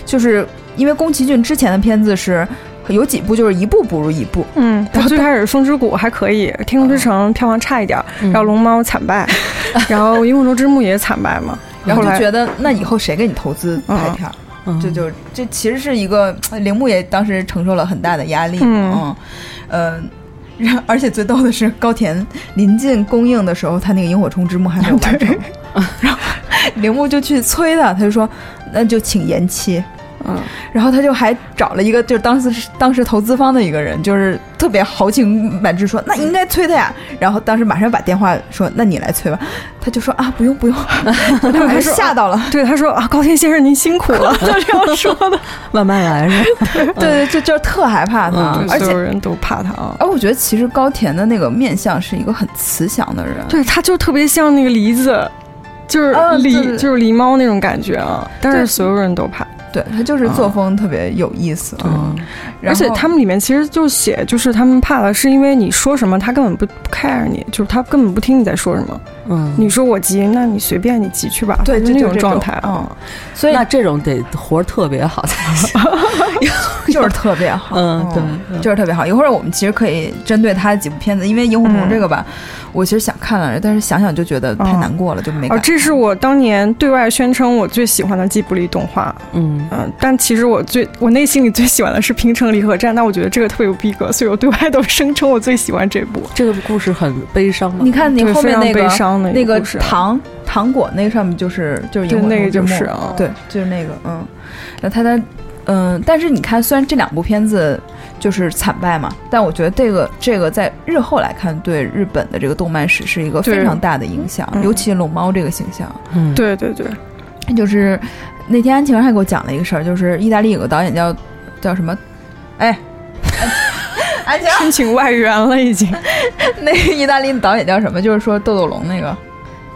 [SPEAKER 2] 就是因为宫崎骏之前的片子是有几部就是一步不如一步，
[SPEAKER 3] 嗯，
[SPEAKER 2] 然
[SPEAKER 3] 他
[SPEAKER 2] 后
[SPEAKER 3] 最开始《风之谷》还可以，《天空
[SPEAKER 2] 嗯
[SPEAKER 3] 之城》票房差一点儿，
[SPEAKER 4] 嗯
[SPEAKER 3] 然后《龙猫》惨 败，然后《萤火虫之墓》也惨败嘛。
[SPEAKER 2] 然后
[SPEAKER 3] 后
[SPEAKER 2] 就
[SPEAKER 3] 来
[SPEAKER 2] 觉得那以后谁给你投资拍片儿？
[SPEAKER 4] 嗯
[SPEAKER 2] 这就 这其实是一个呃铃木也当时承受了很大的压力，
[SPEAKER 3] 嗯
[SPEAKER 2] 嗯，呃，然而且最逗的是高田临近公映的时候，他那个《萤火虫之墓》还没有 完成，然后铃木就去催他，他就说那就请延期。
[SPEAKER 3] 嗯，
[SPEAKER 2] 然后他就还找了一个，就是当时当时投资方的一个人，就是特别豪情满志，说那应该催他呀。然后当时马上把电话说，那你来催吧。他就说啊，不用不 用，他 还吓到了。
[SPEAKER 3] 对，他说啊，高天先生您辛苦了，他这样说的。
[SPEAKER 4] 慢慢来是吧？
[SPEAKER 2] 对对，就就是特害怕他，
[SPEAKER 3] 嗯
[SPEAKER 2] 啊
[SPEAKER 3] 对
[SPEAKER 2] 而
[SPEAKER 3] 所
[SPEAKER 2] 且
[SPEAKER 3] 有人都怕他啊。
[SPEAKER 2] 而我觉得其实高田的那个面相是一个很慈祥的人，
[SPEAKER 3] 对，他就特别像那个梨子，就是
[SPEAKER 2] 啊
[SPEAKER 3] 狸，
[SPEAKER 2] 对
[SPEAKER 3] 就是狸猫那种感觉啊。但
[SPEAKER 2] 对
[SPEAKER 3] 是所有人都怕，
[SPEAKER 2] 对他就是作风特别有意思，嗯，然
[SPEAKER 3] 嗯而且
[SPEAKER 2] 后
[SPEAKER 3] 他们里面其实就写，就是他们怕的是因为你说什么，他根本不不 care 你，就是他根本不听你在说什么。
[SPEAKER 4] 嗯，
[SPEAKER 3] 你说我急，那你随便你急去吧，
[SPEAKER 2] 对
[SPEAKER 3] 就
[SPEAKER 2] 就
[SPEAKER 3] 那
[SPEAKER 2] 就
[SPEAKER 3] 种
[SPEAKER 2] 这
[SPEAKER 3] 状
[SPEAKER 2] 种
[SPEAKER 3] 态啊。
[SPEAKER 2] 所以
[SPEAKER 4] 那这种得活儿特别好 才行。
[SPEAKER 2] 就是特别好，
[SPEAKER 4] 嗯，对，嗯
[SPEAKER 2] 就是特别好。一会儿我们其实可以针对他的几部片子，因为《萤火虫》这个吧，我其实想看来着，但是想想就觉得太难过了，就没
[SPEAKER 3] 嗯哦，
[SPEAKER 2] 敢。
[SPEAKER 3] 这是我当年对外宣称我最喜欢的吉卜力动画，
[SPEAKER 4] 嗯，
[SPEAKER 3] 嗯、但其实我最我内心里最喜欢的是《平成离合战》，但我觉得这个特别有逼格，所以我对外都声称我最喜欢这部。
[SPEAKER 4] 这个故事很悲伤嘛
[SPEAKER 2] 你。看你
[SPEAKER 3] 对
[SPEAKER 2] 后
[SPEAKER 3] 非
[SPEAKER 2] 面
[SPEAKER 3] 常
[SPEAKER 2] 那
[SPEAKER 3] 悲
[SPEAKER 2] 个
[SPEAKER 3] 伤的
[SPEAKER 2] 那
[SPEAKER 3] 一
[SPEAKER 2] 个
[SPEAKER 3] 故事啊
[SPEAKER 2] 糖糖果那个上面就是就是《
[SPEAKER 3] 对
[SPEAKER 2] 萤火
[SPEAKER 3] 那
[SPEAKER 2] 虫之
[SPEAKER 3] 个就
[SPEAKER 2] 墓》
[SPEAKER 3] 是啊，
[SPEAKER 2] 对，就是那个，嗯，那他的，嗯，但是你看，虽然这两部片子就是惨败嘛，但我觉得这个这个在日后来看，对日本的这个动漫史是一个
[SPEAKER 3] 对
[SPEAKER 2] 非常大的影响，
[SPEAKER 3] 嗯
[SPEAKER 2] 尤其龙猫这个形象，
[SPEAKER 4] 嗯，
[SPEAKER 3] 对对对，
[SPEAKER 2] 就是那天安晴还给我讲了一个事儿，就是意大利有个导演叫叫什么，哎， 安晴，
[SPEAKER 3] 申请外援了已经。
[SPEAKER 2] 那个意大利的导演叫什么？就是说豆豆龙那个，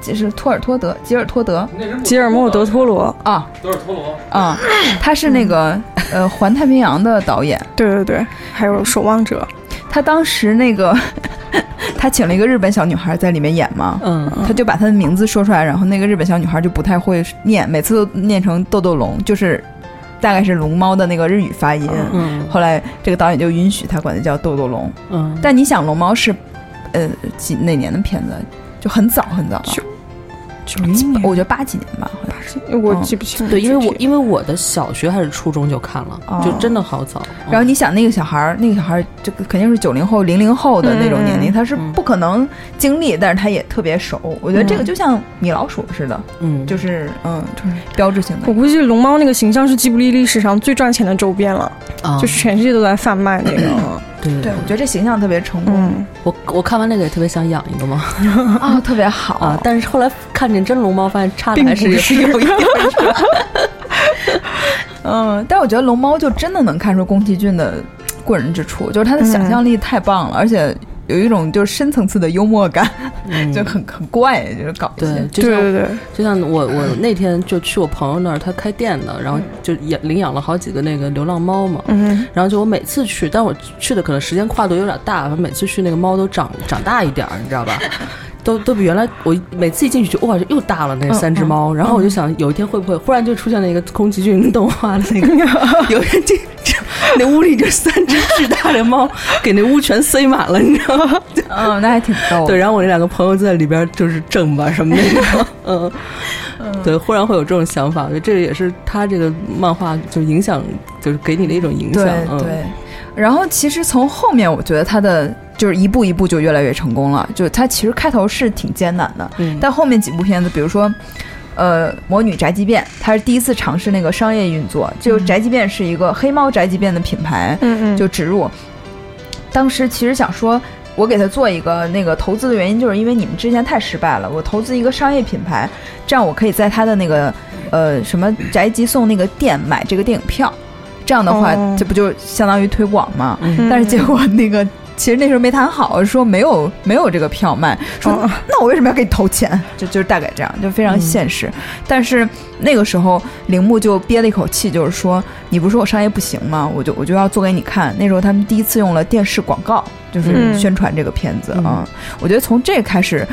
[SPEAKER 2] 就是托尔托德吉尔托德
[SPEAKER 3] 吉尔莫·德·托罗，
[SPEAKER 2] 啊
[SPEAKER 1] 德尔托罗，
[SPEAKER 2] 啊，他是那个呃环太平洋的导演。
[SPEAKER 3] 对对对，还有《守望者
[SPEAKER 2] 他当时那个， 他请了一个日本小女孩在里面演嘛，
[SPEAKER 4] 嗯，
[SPEAKER 2] 他就把她的名字说出来，然后那个日本小女孩就不太会念，每次都念成豆豆龙，就是大概是龙猫的那个日语发音。
[SPEAKER 3] 嗯
[SPEAKER 4] 嗯
[SPEAKER 2] 后来这个导演就允许他管她叫豆豆龙，
[SPEAKER 4] 嗯，
[SPEAKER 2] 但你想龙猫是，呃几哪年的片子？就很早很早了，
[SPEAKER 3] 九九
[SPEAKER 2] 几
[SPEAKER 3] 一年，
[SPEAKER 2] 我觉得八几年吧，好像是。
[SPEAKER 3] 我
[SPEAKER 2] 嗯
[SPEAKER 3] 记不清了。
[SPEAKER 4] 对，因为
[SPEAKER 3] 具
[SPEAKER 4] 我
[SPEAKER 3] 体
[SPEAKER 4] 因为我的小学还是初中就看
[SPEAKER 2] 哦
[SPEAKER 4] 了，就真的好早。嗯
[SPEAKER 2] 然后你想那个小孩儿，那个小孩儿这个肯定是九零后、零零后的那种年龄，
[SPEAKER 3] 嗯
[SPEAKER 2] 他是
[SPEAKER 4] 嗯
[SPEAKER 2] 不可能经历，但是他也特别熟。我觉得这个就像米老鼠似的，
[SPEAKER 4] 嗯，嗯，
[SPEAKER 2] 就是嗯，就是标志性
[SPEAKER 3] 我
[SPEAKER 2] 的。
[SPEAKER 3] 估计龙猫那个形象是吉卜力历史上最赚钱的周边了，
[SPEAKER 2] 哦
[SPEAKER 4] 啊
[SPEAKER 3] 就是全世界都在贩卖那个。
[SPEAKER 4] 对
[SPEAKER 2] 对，我觉得这形象特别成功
[SPEAKER 3] 嗯，
[SPEAKER 4] 我我看完那个也特别想养一个嘛
[SPEAKER 2] 啊，特别好
[SPEAKER 4] 啊，但是后来看见真龙猫，发现差的
[SPEAKER 3] 并
[SPEAKER 4] 还
[SPEAKER 3] 不
[SPEAKER 4] 是
[SPEAKER 3] 是
[SPEAKER 4] 有一 点。
[SPEAKER 2] 嗯，但我觉得龙猫就真的能看出宫崎骏的嘖过人之处，就是他的
[SPEAKER 3] 嗯
[SPEAKER 2] 想象力太棒了，而且有一种就是深层次的幽默感，
[SPEAKER 4] 嗯
[SPEAKER 2] 就很很怪，就是搞一
[SPEAKER 4] 对
[SPEAKER 2] 些，。
[SPEAKER 4] 就
[SPEAKER 3] 对
[SPEAKER 4] 像
[SPEAKER 3] 对对，
[SPEAKER 4] 就像我我那天就去我朋友那儿，他开店的，然后就养领养了好几个那个流浪猫嘛。
[SPEAKER 3] 嗯，
[SPEAKER 4] 然后就我每次去，但我去的可能时间跨度有点大，反正每次去那个猫都长长大一点儿，你知道吧？都都比原来我每次一进去就哇又大了那三只猫，然后我就想有一天会不会忽然就出现了一个宫崎骏动画的那个，有人进这那屋里就三只巨大的猫给那屋全塞满了，你知道吗？
[SPEAKER 2] 嗯，那还挺逗。
[SPEAKER 4] 对，，然后我那两个朋友就在里边就是挣吧什么那种，嗯， 对，忽然会有这种想法，我觉得这也是他这个漫画就影响，就是给你的一种影响，
[SPEAKER 2] 对
[SPEAKER 4] 嗯，
[SPEAKER 2] 对。然后其实从后面，我觉得他的就是一步一步就越来越成功了。就它其实开头是挺艰难的，
[SPEAKER 4] 嗯
[SPEAKER 2] 但后面几部片子，比如说，呃，《魔女宅急便》，它是第一次尝试那个商业运作。
[SPEAKER 4] 嗯
[SPEAKER 2] 就宅急便是一个黑猫宅急便的品牌，
[SPEAKER 3] 嗯嗯，
[SPEAKER 2] 就植入。当时其实想说，我给它做一个那个投资的原因，就是因为你们之前太失败了，我投资一个商业品牌，这样我可以在它的那个呃什么宅急送那个店买这个电影票，这样的话，
[SPEAKER 3] 哦
[SPEAKER 2] 这不就相当于推广吗？
[SPEAKER 4] 嗯
[SPEAKER 3] 嗯
[SPEAKER 2] 但是结果那个。其实那时候没谈好，说没有没有这个票卖，说
[SPEAKER 3] 哦
[SPEAKER 2] 那我为什么要给你投钱？就就是大概这样，就非常
[SPEAKER 4] 嗯
[SPEAKER 2] 现实。但是那个时候，铃木就憋了一口气，就是说，你不是说我商业不行吗？我就我就要做给你看。那时候他们第一次用了电视广告，就是
[SPEAKER 3] 嗯
[SPEAKER 2] 宣传这个片子
[SPEAKER 4] 嗯
[SPEAKER 2] 啊、我觉得从这开始，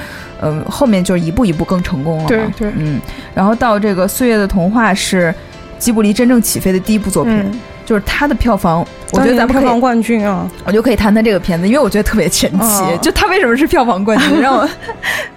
[SPEAKER 2] 嗯、后面就是一步一步更成功了嘛。
[SPEAKER 3] 对对
[SPEAKER 2] 嗯。然后到这个《岁月的童话》是吉卜力真正起飞的第一部作品，
[SPEAKER 3] 嗯，
[SPEAKER 2] 就是它的票房，我觉得咱
[SPEAKER 3] 当年
[SPEAKER 2] 们
[SPEAKER 3] 票
[SPEAKER 2] 可以
[SPEAKER 3] 房冠军啊，
[SPEAKER 2] 我就可以谈谈这个片子，因为我觉得特别神奇，
[SPEAKER 3] 哦
[SPEAKER 2] 就它为什么是票房冠军，让我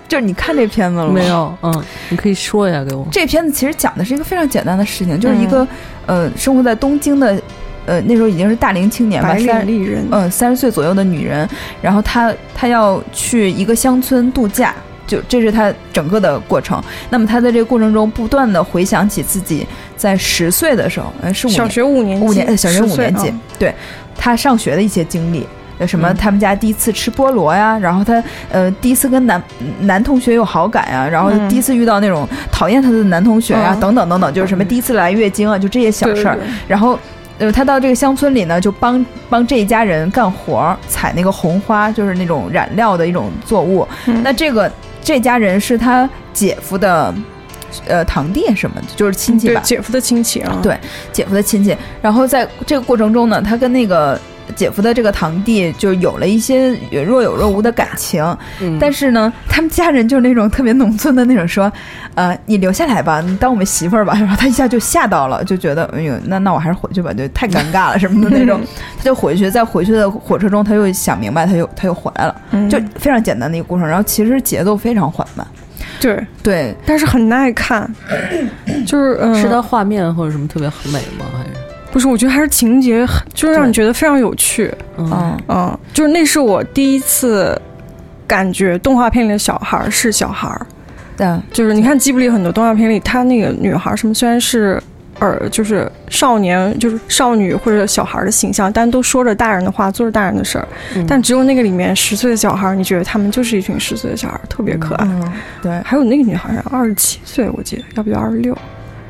[SPEAKER 2] 就是你看这片子了吗？
[SPEAKER 4] 没。有，嗯，你可以说一下给我。
[SPEAKER 2] 这片子其实讲的是一个非常简单的事情，就是一个、呃生活在东京的呃那时候已经是大龄青年吧，
[SPEAKER 3] 白
[SPEAKER 2] 三
[SPEAKER 3] 领丽人，
[SPEAKER 2] 嗯三十岁左右的女人，然后她她要去一个乡村度假。就这是她整个的过程。那么她在这个过程中，不断的回想起自己在十岁的时候，呃，是五
[SPEAKER 3] 小
[SPEAKER 2] 年
[SPEAKER 3] 学五年级，
[SPEAKER 2] 五年，呃小学
[SPEAKER 3] 10
[SPEAKER 2] 五
[SPEAKER 3] 岁
[SPEAKER 2] 年级，
[SPEAKER 3] 啊
[SPEAKER 2] 对他上学的一些经历。呃什么？
[SPEAKER 4] 嗯
[SPEAKER 2] 他们家第一次吃菠萝呀，然后他呃第一次跟男男同学有好感呀，然后
[SPEAKER 3] 嗯
[SPEAKER 2] 第一次遇到那种讨厌他的男同学呀，
[SPEAKER 3] 嗯
[SPEAKER 2] 等等等等，就是什么第一次来月经啊，就这些小事儿。，然后呃他到这个乡村里呢，就帮帮这一家人干活儿，采那个红花，就是那种染料的一种作物。
[SPEAKER 3] 嗯
[SPEAKER 2] 那这个这家人是他姐夫的呃堂弟什么的，就是亲戚
[SPEAKER 3] 嗯对
[SPEAKER 2] 吧，
[SPEAKER 3] 姐夫的亲戚啊，
[SPEAKER 2] 对姐夫的亲戚。然后在这个过程中呢，他跟那个姐夫的这个堂弟就有了一些呃若有若无的感情。
[SPEAKER 4] 嗯
[SPEAKER 2] 但是呢，他们家人就是那种特别农村的那种，说，呃，你留下来吧，你当我们媳妇儿吧。然后他一下就吓到了，就觉得，哎呦，那那我还是回去吧，就太尴尬了什么的那
[SPEAKER 3] 嗯
[SPEAKER 2] 种。他就回去，在回去的火车中，他又想明白，他又他又回来了，
[SPEAKER 3] 嗯
[SPEAKER 2] 就非常简单的一个过程。然后其实节奏非常缓慢，
[SPEAKER 3] 对，
[SPEAKER 2] 对，
[SPEAKER 3] 但是很耐 看，就是嗯，
[SPEAKER 4] 是它画面或者什么特别美吗？还是
[SPEAKER 3] 不是，我觉得还是情节很，就是让你觉得非常有趣，
[SPEAKER 4] 嗯
[SPEAKER 2] 嗯
[SPEAKER 3] 嗯，就是那是我第一次感觉动画片里的小孩儿是小孩儿，
[SPEAKER 2] 对，
[SPEAKER 3] 就是你看吉卜力很多动画片里，她那个女孩儿什么虽然是。呃，就是少年，就是少女或者小孩儿的形象，但都说着大人的话，做着大人的事儿。
[SPEAKER 4] 嗯
[SPEAKER 3] 但只有那个里面十岁的小孩儿，你觉得他们就是一群十岁的小孩儿，特别可爱。
[SPEAKER 2] 嗯，对。
[SPEAKER 3] 还有那个女孩儿好像二十七岁，我记得，要不就二十六。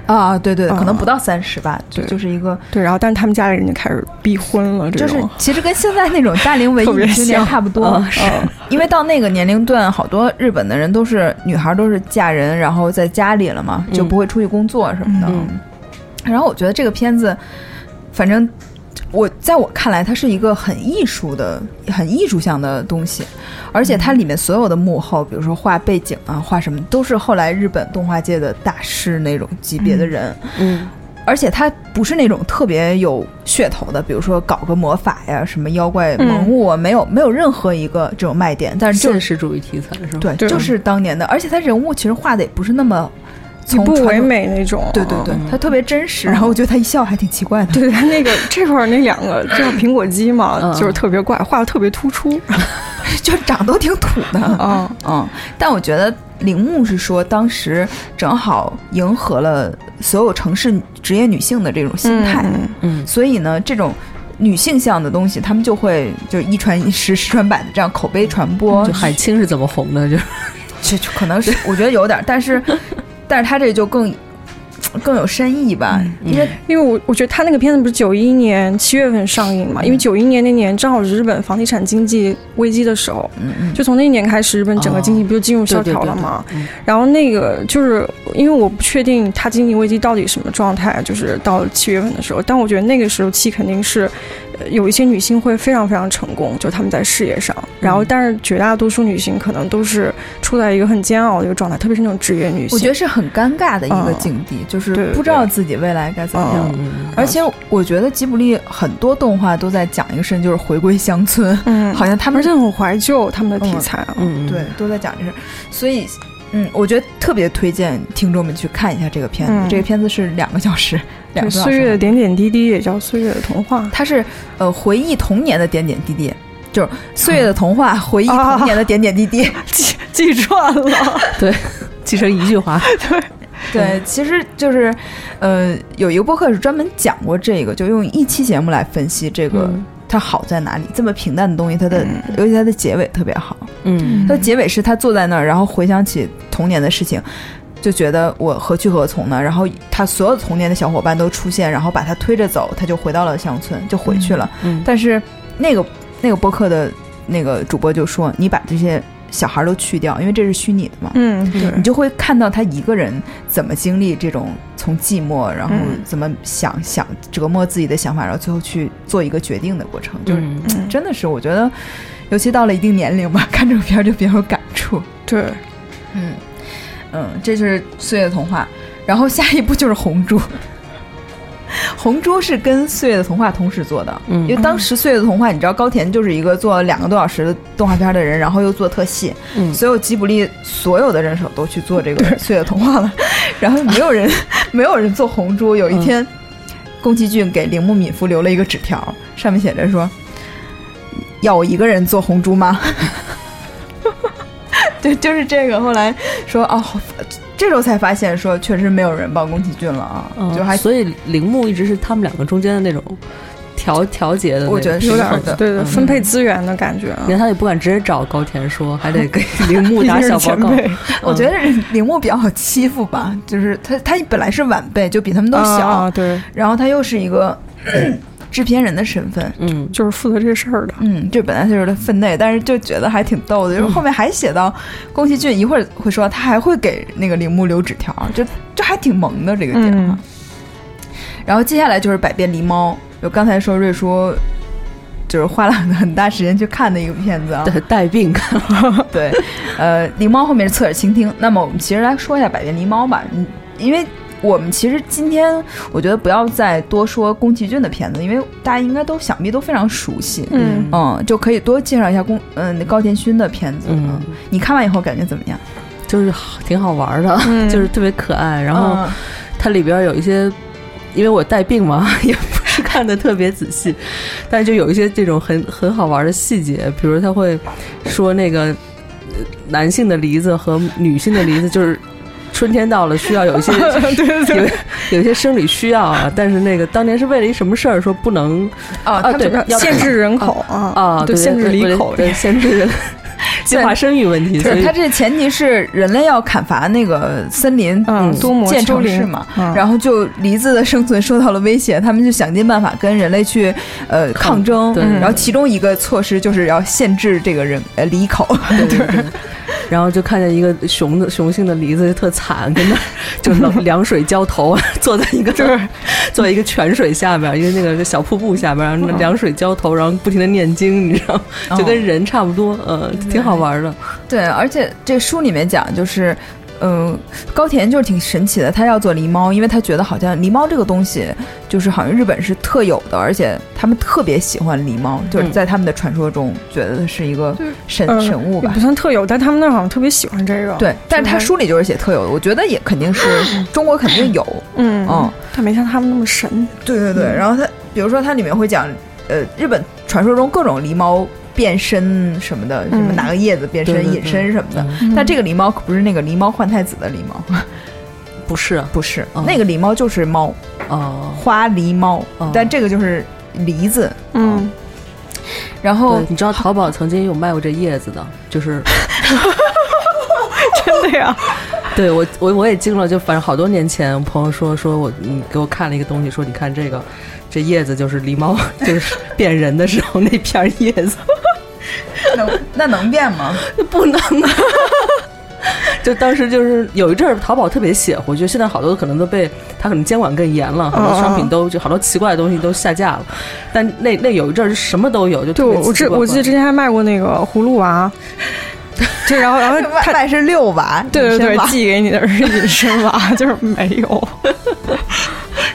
[SPEAKER 2] 啊，对对，
[SPEAKER 3] 啊
[SPEAKER 2] 可能不到三十吧，就
[SPEAKER 3] 对
[SPEAKER 2] 就是一个，
[SPEAKER 3] 对，然后但是他们家里人就开始逼婚了，这
[SPEAKER 2] 就是
[SPEAKER 3] 种。
[SPEAKER 2] 其实跟现在那种大龄文
[SPEAKER 3] 特别
[SPEAKER 2] 艺青年
[SPEAKER 3] 像
[SPEAKER 2] 差不多
[SPEAKER 4] 啊，
[SPEAKER 2] 嗯因为到那个年龄段，好多日本的人都是女孩都是嫁人，然后在家里了嘛，
[SPEAKER 4] 嗯
[SPEAKER 2] 就不会出去工作什么的。
[SPEAKER 4] 嗯
[SPEAKER 2] 然后我觉得这个片子，反正我在我看来，它是一个很艺术的、很艺术向的东西，而且
[SPEAKER 3] 嗯
[SPEAKER 2] 它里面所有的幕后，比如说画背景啊、画什么，都是后来日本动画界的大师那种级别的人。
[SPEAKER 4] 嗯
[SPEAKER 2] 而且它不是那种特别有噱头的，比如说搞个魔法呀、什么妖怪萌物啊，没有没有任何一个这种卖点，但是就
[SPEAKER 4] 现实主义题材是吧？
[SPEAKER 2] 对，
[SPEAKER 3] 对
[SPEAKER 2] 就是当年的，而且他人物其实画的也不是那么
[SPEAKER 3] 以
[SPEAKER 2] 从
[SPEAKER 3] 不
[SPEAKER 2] 传
[SPEAKER 3] 唯
[SPEAKER 2] 统，
[SPEAKER 3] 美那种。
[SPEAKER 2] 对对对
[SPEAKER 3] 嗯，
[SPEAKER 2] 他特别真实，然后我觉得他一笑还挺奇怪的，
[SPEAKER 3] 对他那个 这块儿那两个叫苹果肌嘛，
[SPEAKER 4] 嗯
[SPEAKER 3] 就是特别怪，画的特别突出。
[SPEAKER 2] 就长得都挺土的，
[SPEAKER 3] 啊，
[SPEAKER 2] 嗯，但我觉得铃木是说当时正好迎合了所有城市职业女性的这种心态，
[SPEAKER 3] 嗯
[SPEAKER 4] 嗯
[SPEAKER 2] 所以呢，这种女性向的东西，他们就会就一传一十，十传百的这样口碑传播，
[SPEAKER 3] 嗯
[SPEAKER 4] 就海清是怎么红的？就是
[SPEAKER 2] 这就可能是我觉得有点儿，但 是但是他这就更更有深意
[SPEAKER 4] 啊
[SPEAKER 2] 吧，
[SPEAKER 4] 嗯
[SPEAKER 2] 因为
[SPEAKER 3] 因为我我觉得他那个片子不是九一年七月份上映
[SPEAKER 2] 嗯
[SPEAKER 3] 嘛，因为九一年那年正好是日本房地产经济危机的时候，
[SPEAKER 2] 嗯嗯
[SPEAKER 3] 就从那一年开始，日本整个
[SPEAKER 4] 哦
[SPEAKER 3] 经济不就进入萧条了吗？？
[SPEAKER 4] 对对对对
[SPEAKER 3] 然后那个就是因为我不确定它经济危机到底什么状态，就是到七月份的时候，但我觉得那个时候期肯定是呃有一些女性会非常非常成功，就她们在事业上，然后但是绝大多数女性可能都是处在一个很煎熬的一个状态，特别是那种职业女性。
[SPEAKER 2] 我觉得是很尴尬的一个
[SPEAKER 3] 嗯
[SPEAKER 2] 境地，就
[SPEAKER 3] 对
[SPEAKER 2] 是
[SPEAKER 3] 对哦
[SPEAKER 2] 不知道自己未来该怎么样。
[SPEAKER 4] 嗯嗯
[SPEAKER 2] 而且我觉得吉卜力很多动画都在讲一个事情，就是回归乡村，
[SPEAKER 3] 嗯，
[SPEAKER 2] 好像他们
[SPEAKER 3] 而且很怀旧他们的题材啊。
[SPEAKER 4] 嗯嗯
[SPEAKER 2] 对，都在讲这事儿，所以。嗯，我觉得特别推荐听众们去看一下这个片子。
[SPEAKER 3] 嗯
[SPEAKER 2] 这个片子是两个小时，两
[SPEAKER 3] 对，
[SPEAKER 2] 个多小时。
[SPEAKER 3] 岁月的点点滴滴也叫岁月的童话。
[SPEAKER 2] 它是呃回忆童年的点点滴滴，就是岁月的童话，回忆
[SPEAKER 4] 啊
[SPEAKER 2] 童年的点点 滴滴。
[SPEAKER 3] 记记串了，
[SPEAKER 4] 记成一句话，
[SPEAKER 2] 对，其实就是，呃，有一个播客是专门讲过这个，就用一期节目来分析这个
[SPEAKER 4] 嗯
[SPEAKER 2] 它好在哪里。这么平淡的东西，它的尤其它的结尾特别好。
[SPEAKER 4] 嗯
[SPEAKER 2] 它的结尾是他坐在那儿，然后回想起童年的事情，就觉得我何去何从呢？然后他所有童年的小伙伴都出现，然后把他推着走，他就回到了乡村，就回去了。
[SPEAKER 4] 嗯
[SPEAKER 2] 但是那个那个播客的那个主播就说：“你把这些小孩儿都去掉，因为这是虚拟的嘛。”
[SPEAKER 3] 嗯，对，
[SPEAKER 2] 你就会看到他一个人怎么经历这种从寂寞，然后
[SPEAKER 3] 嗯
[SPEAKER 2] 怎么想、想折磨自己的想法，然后最后去做一个决定的过程，就是
[SPEAKER 4] 嗯
[SPEAKER 3] 嗯
[SPEAKER 2] 真的是我觉得，尤其到了一定年龄吧，看这个片儿就比较有感触。
[SPEAKER 3] 对，
[SPEAKER 2] 嗯嗯，这是《岁月童话》，然后下一步就是《红猪》。《红猪》是跟《岁月的童话》同时做的，因为
[SPEAKER 4] 嗯
[SPEAKER 2] 当时《岁月的童话》，你知道高田就是一个做两个多小时的动画片的人，然后又做特戏，
[SPEAKER 4] 嗯
[SPEAKER 2] 所有吉卜力所有的人手都去做这个《岁月童话》了，然后没 有人没有人做红猪。
[SPEAKER 4] 嗯
[SPEAKER 2] 有一天，宫崎骏给铃木敏夫留了一个纸条，上面写着说：“要我一个人做红猪吗？” 对，就是这个。后来说哦，这时候才发现说确实没有人帮宫崎骏了啊，
[SPEAKER 4] 嗯
[SPEAKER 2] 就还
[SPEAKER 4] 所以铃木一直是他们两个中间的那种调调节的那种，
[SPEAKER 2] 我觉得是
[SPEAKER 3] 有点
[SPEAKER 2] 好
[SPEAKER 3] 儿
[SPEAKER 2] 的
[SPEAKER 3] 对对，
[SPEAKER 4] 嗯
[SPEAKER 3] 分配资源的感觉啊，
[SPEAKER 4] 你看他也不敢直接找高田说，还得给铃木打
[SPEAKER 3] 一日
[SPEAKER 4] 小 报
[SPEAKER 3] 前
[SPEAKER 4] 告。
[SPEAKER 3] 辈
[SPEAKER 2] 我觉得铃木比较好欺负 吧，就是他他本来是晚辈，就比他们都小，
[SPEAKER 3] 啊，啊对，
[SPEAKER 2] 然后他又是一 个制片人的身份。
[SPEAKER 4] 嗯，
[SPEAKER 3] 就是负责这事儿的，
[SPEAKER 2] 嗯，这本来就是他分内，但是就觉得还挺逗的。
[SPEAKER 3] 嗯
[SPEAKER 2] 就是后面还写到宫崎骏一会儿会说他还会给那个铃木留纸条，就这还挺萌的这个点。
[SPEAKER 3] 嗯
[SPEAKER 2] 然后接下来就是《百变狸猫》，就刚才说瑞叔就是花了很大时间去看的一个片子啊。
[SPEAKER 4] 带嗯带病看，
[SPEAKER 2] 对，呃，狸猫后面是侧耳倾听。那么我们其实来说一下《百变狸猫》吧，嗯因为我们其实今天我觉得不要再多说宫崎骏的片子，因为大家应该都想必都非常熟悉，
[SPEAKER 3] 嗯，
[SPEAKER 2] 嗯，就可以多介绍一下宫嗯、高田勋的片子。啊
[SPEAKER 4] 嗯，
[SPEAKER 2] 你看完以后感觉怎么样？
[SPEAKER 4] 就是好挺好玩的，
[SPEAKER 3] 嗯
[SPEAKER 4] 就是特别可爱。然
[SPEAKER 2] 嗯
[SPEAKER 4] 后它里边有一些，因为我带病嘛， 也不是看的特别仔细，但是就有一些这种很很好玩的细节，比如他会说那个呃男性的梨子和女性的梨子，就是春天到了需要有一些
[SPEAKER 3] 对对对，
[SPEAKER 4] 有一些生理需要啊，但是那个当年是为了一什么事儿说不能
[SPEAKER 2] 啊，
[SPEAKER 4] 啊
[SPEAKER 2] 他们
[SPEAKER 4] 对
[SPEAKER 2] 就
[SPEAKER 4] 要
[SPEAKER 3] 限制人口啊
[SPEAKER 4] 啊，
[SPEAKER 3] 对，限制
[SPEAKER 4] 为
[SPEAKER 3] 离
[SPEAKER 4] 了
[SPEAKER 3] 口，
[SPEAKER 4] 对限制人计划生育问题，所
[SPEAKER 2] 对
[SPEAKER 4] 以
[SPEAKER 2] 他这前提是人类要砍伐那个森林，
[SPEAKER 3] 嗯，多模
[SPEAKER 2] 建
[SPEAKER 3] 丘
[SPEAKER 2] 城市
[SPEAKER 3] 陵
[SPEAKER 2] 嘛，
[SPEAKER 3] 嗯
[SPEAKER 2] 然后就梨子的生存受到了威胁，他们就想尽办法跟人类去呃
[SPEAKER 4] 抗
[SPEAKER 2] 抗争。
[SPEAKER 4] 对
[SPEAKER 2] 然后其中一个措施就是要限制这个人呃离口，
[SPEAKER 4] 对对对。然后就看见一个雄的雄性的梨子就特惨，跟那 儿就冷凉水浇头，啊 坐在一个坐在一个泉水下边，一个那个小瀑布下边，然后那凉水浇头，然后不停的念经，你知道吗，
[SPEAKER 2] 哦
[SPEAKER 4] 就跟人差不多，呃，挺好玩的。
[SPEAKER 2] 对，而且这书里面讲就是。嗯，高田就是挺神奇的，他要做狸猫，因为他觉得好像狸猫这个东西就是好像日本是特有的，而且他们特别喜欢狸猫，就是在他们的传说中觉得是一个
[SPEAKER 3] 就是
[SPEAKER 2] 神、
[SPEAKER 3] 呃
[SPEAKER 2] 神物
[SPEAKER 3] 也
[SPEAKER 2] 吧
[SPEAKER 3] 不。算特有，但他们那儿好像特别喜欢这个，，
[SPEAKER 2] 对，但是他
[SPEAKER 3] 是
[SPEAKER 2] 书里就是写特有的，我觉得也肯定是 中国肯定有，
[SPEAKER 3] 嗯
[SPEAKER 2] 嗯，
[SPEAKER 3] 但没像他们那么神，
[SPEAKER 2] 对对对，
[SPEAKER 3] 嗯
[SPEAKER 2] 然后它比如说它里面会讲，呃，日本传说中各种狸猫变身什么的，什么
[SPEAKER 3] 嗯
[SPEAKER 2] 哪个叶子变身、
[SPEAKER 4] 对对对
[SPEAKER 2] 隐身什么的。
[SPEAKER 4] 嗯
[SPEAKER 2] 但这
[SPEAKER 3] 个
[SPEAKER 2] 个狸猫可不是那个狸猫换太子的狸猫，
[SPEAKER 4] 不是啊
[SPEAKER 2] 不是，
[SPEAKER 4] 哦
[SPEAKER 2] 那个狸猫就是猫，
[SPEAKER 4] 哦，
[SPEAKER 2] 花狸猫，
[SPEAKER 4] 哦
[SPEAKER 2] 但这个就是梨子。
[SPEAKER 3] 嗯，
[SPEAKER 2] 然后
[SPEAKER 3] 哦
[SPEAKER 4] 对，你知道淘宝曾经有卖过这叶子的，就是
[SPEAKER 3] 真的呀，
[SPEAKER 4] 对我，我我也惊了，就反正好多年前，我朋友说说我，你给我看了一个东西，说你看这个，这叶子就是狸猫，就是 变人的时候那片儿叶 子，
[SPEAKER 2] 能 那能变 吗？
[SPEAKER 4] 不能啊。 就当时就是有一阵儿淘宝特别邪乎，就现在好多可能都被它可能监管更严了，好
[SPEAKER 3] 嗯
[SPEAKER 4] 多商品都就好多奇怪的东西都下架了，但那那有一阵儿是什么都有，就
[SPEAKER 3] 对
[SPEAKER 4] 特别
[SPEAKER 3] 我我
[SPEAKER 4] 奇
[SPEAKER 3] 之
[SPEAKER 4] 怪
[SPEAKER 3] 我记得之前还卖过那个葫芦娃，对，然后然后
[SPEAKER 2] 外
[SPEAKER 3] 他。
[SPEAKER 2] 卖是六娃，
[SPEAKER 3] 对对
[SPEAKER 2] 隐身
[SPEAKER 3] 对
[SPEAKER 2] 娃，
[SPEAKER 3] 寄给你的是隐身娃，就是没有。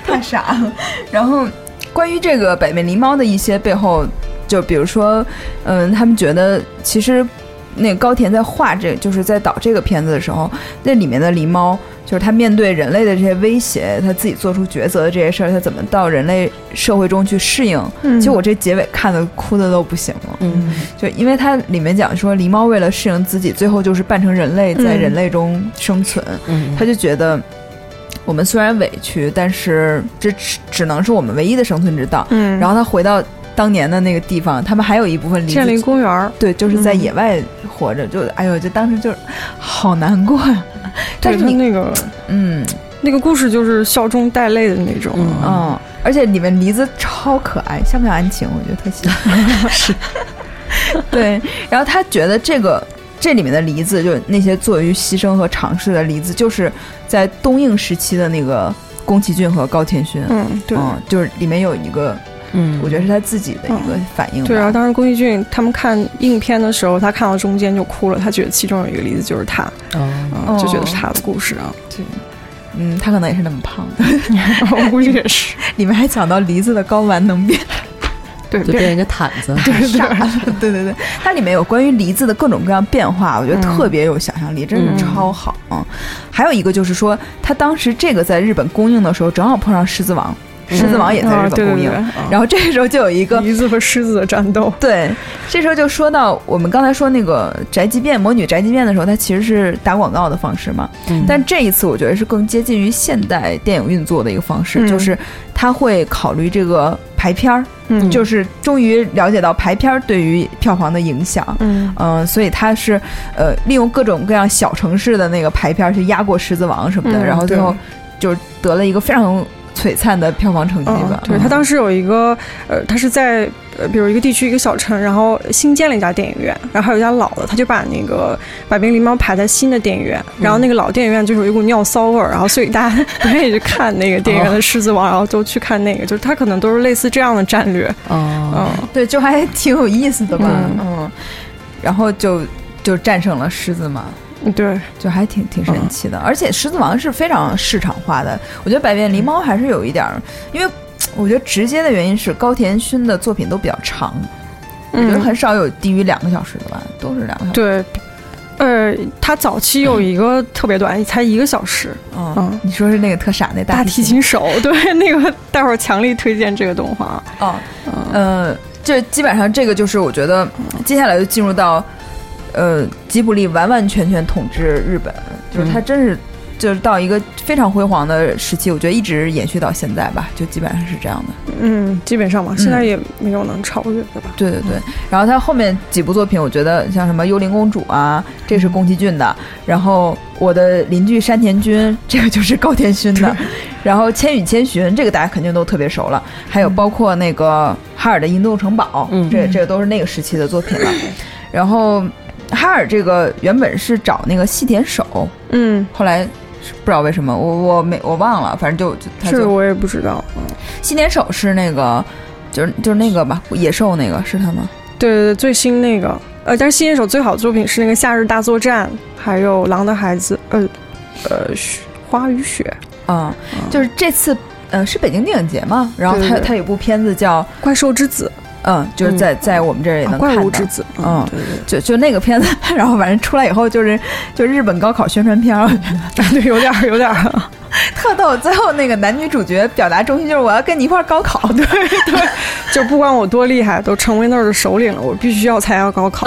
[SPEAKER 2] 太傻 了。然后关于这个北面狸猫的一些背后，就比如说，嗯，他们觉得其实那个高田在画这，就是在导这个片子的时候，那里面的狸猫，就是他面对人类的这些威胁，他自己做出抉择的这些事儿，他怎么到人类社会中去适应。
[SPEAKER 3] 嗯
[SPEAKER 2] 就我这结尾看的哭的都不行了，
[SPEAKER 4] 嗯，
[SPEAKER 2] 就因为它里面讲说狸猫为了适应自己，最后就是扮成人类，在
[SPEAKER 3] 嗯
[SPEAKER 2] 人类中生存。
[SPEAKER 4] 嗯，
[SPEAKER 2] 他就觉得我们虽然委屈，但是这只只能是我们唯一的生存之道。
[SPEAKER 3] 嗯，
[SPEAKER 2] 然后他回到当年的那个地方，他们还有一部分离
[SPEAKER 3] 建立
[SPEAKER 2] 自
[SPEAKER 3] 公园儿，
[SPEAKER 2] 对，就是在
[SPEAKER 3] 嗯
[SPEAKER 2] 野外活着，就哎呦，就当时就是好难过呀。但
[SPEAKER 3] 对
[SPEAKER 2] 是
[SPEAKER 3] 他
[SPEAKER 2] 你
[SPEAKER 3] 那个
[SPEAKER 2] 嗯
[SPEAKER 3] 那个故事就是笑中带泪的那种，
[SPEAKER 4] 嗯
[SPEAKER 2] 嗯，而且里面梨子超可爱，像不像安晴？我觉得特像。 是， 对。然后他觉得这个这里面的梨子，就是那些做于牺牲和尝试的梨子，就是在东映时期的那个宫崎骏和高田勋。
[SPEAKER 3] 嗯，对。
[SPEAKER 2] 嗯，就是里面有一个，
[SPEAKER 4] 嗯，
[SPEAKER 2] 我觉得是他自己的一个反应吧。
[SPEAKER 3] 嗯对，然后当时宫崎骏他们看影片的时候，他看到中间就哭了，他觉得其中有一个例子就是他，
[SPEAKER 4] 得，哦
[SPEAKER 3] 嗯，就觉得是
[SPEAKER 2] 哦
[SPEAKER 3] 他的故事啊。
[SPEAKER 2] 嗯，他可能也是那么胖的。
[SPEAKER 3] 我估计也是，
[SPEAKER 2] 里面还讲到梨子的睾丸能变
[SPEAKER 3] 对
[SPEAKER 4] 就
[SPEAKER 3] 对
[SPEAKER 4] 变一个毯子，
[SPEAKER 2] 傻了， 对对对，它里面有关于梨子的各种各样变化，我觉得
[SPEAKER 3] 嗯
[SPEAKER 2] 特别有想象力，真
[SPEAKER 4] 嗯
[SPEAKER 2] 的超好。嗯，还有一个就是说，他当时这个在日本公映的时候，正好碰上《狮子王》，《狮子王》也在
[SPEAKER 3] 啊
[SPEAKER 2] 日
[SPEAKER 3] 对
[SPEAKER 2] 本
[SPEAKER 3] 对
[SPEAKER 2] 公映，
[SPEAKER 3] 对，嗯
[SPEAKER 2] 然后这个时候就有一个
[SPEAKER 3] 后。梨子和狮子的战斗，
[SPEAKER 2] 对，这时候就说到我们刚才说那个宅急便魔女宅急便的时候，它其实是打广告的方式嘛。
[SPEAKER 4] 嗯
[SPEAKER 2] 但这一次我觉得是更接近于现代电影运作的一个方式，
[SPEAKER 3] 嗯
[SPEAKER 2] 就是它会考虑这个排片儿，
[SPEAKER 3] 嗯
[SPEAKER 2] 就是是终于了解到排片儿对于票房的影响。
[SPEAKER 3] 嗯
[SPEAKER 2] 嗯、所以他是呃利用各种各样小城市的那个排片儿去压过《狮子王》什么的，
[SPEAKER 3] 嗯
[SPEAKER 2] 然后最后就是得了一个非常璀璨的票房成绩
[SPEAKER 3] 嗯
[SPEAKER 2] 吧。，
[SPEAKER 3] 对他当时有一个呃，他是在呃，比如一个地区一个小城，然后新建了一家电影院，然后还有一家老的，他就把那个把冰狸猫排在新的电影院，
[SPEAKER 2] 嗯
[SPEAKER 3] 然后那个老电影院就是有一股尿骚味儿，然后所以 大家不愿意去看那个电影院的《狮子王》，然后都去看那个，就是他可能都是类似这样的战略，
[SPEAKER 4] 哦，
[SPEAKER 3] 嗯，
[SPEAKER 2] 对就还挺有意思的吧，
[SPEAKER 3] 嗯
[SPEAKER 2] 嗯，然后就就战胜了狮子嘛。
[SPEAKER 3] 嗯对，
[SPEAKER 2] 就还挺挺神奇
[SPEAKER 3] 嗯
[SPEAKER 2] 的，而且《狮子王》是非常市场化的。我觉得《百变狸猫》还是有一点儿，因为我觉得直接的原因是高田勋的作品都比较长，我觉得
[SPEAKER 3] 嗯，
[SPEAKER 2] 很少有低于两个小时的吧，都是两个小时。
[SPEAKER 3] 对。呃，他早期有一个特别短，才一个小时，
[SPEAKER 2] 嗯
[SPEAKER 3] 嗯，
[SPEAKER 2] 你说是那个特傻那
[SPEAKER 3] 大
[SPEAKER 2] 提
[SPEAKER 3] 提
[SPEAKER 2] 琴
[SPEAKER 3] 琴手， 对那个，待会儿强力推荐这个动画。
[SPEAKER 2] 哦，
[SPEAKER 3] 嗯
[SPEAKER 2] 呃，这基本上这个就是我觉得接下来就进入到，呃，吉卜力完完全全统治日本，就是
[SPEAKER 3] 嗯
[SPEAKER 2] 它真是就是到一个非常辉煌的时期，我觉得一直延续到现在吧，就基本上是这样的。
[SPEAKER 3] 嗯，基本上吧，现在也没有能超越的吧。
[SPEAKER 2] 对对对，然后它后面几部作品，我觉得像什么《幽灵公主》啊，这是宫崎骏的，然后我的邻居山田君， 这个就是高田勋的，然后《千与千寻》这个大家肯定都特别熟了，还有包括那个哈尔的《移动城堡》，
[SPEAKER 4] 嗯
[SPEAKER 2] 这这个都是那个时期的作品了。 然后哈尔这个原本是找那个细田守，
[SPEAKER 3] 嗯，
[SPEAKER 2] 后来是不知道为什么我我没我忘了，反正就就他
[SPEAKER 3] 这个
[SPEAKER 2] 就
[SPEAKER 3] 我也不知道。
[SPEAKER 2] 细田守是那个。就是就是那个吧，野兽那个是他吗？
[SPEAKER 3] 对对对，最新那个，呃，但是新一首最好的作品是那个《夏日大作战》，还有《狼的孩子》，呃，呃，雪花与雪，
[SPEAKER 2] 啊、
[SPEAKER 3] 嗯
[SPEAKER 2] 就是这次，呃，是北京电影节嘛，然后
[SPEAKER 3] 对
[SPEAKER 2] 他
[SPEAKER 3] 对对
[SPEAKER 2] 他有部片子叫，
[SPEAKER 3] 怪兽之子，
[SPEAKER 2] 嗯，就是在、在我们这儿也
[SPEAKER 3] 啊
[SPEAKER 2] 能
[SPEAKER 3] 怪
[SPEAKER 2] 看
[SPEAKER 3] 物
[SPEAKER 2] 到，
[SPEAKER 3] 之子，
[SPEAKER 2] 嗯
[SPEAKER 3] 对对
[SPEAKER 2] 就就那个片子， 然后反正出来以后就是就日本高考宣传片儿，我觉得
[SPEAKER 3] 对， 对，有点儿有点儿，
[SPEAKER 2] 特逗。最后那个男女主角表达中心就是我要跟你一块儿高考， 对，
[SPEAKER 3] 就不管我多厉害，都成为那儿的首领了，我必须要参加高考。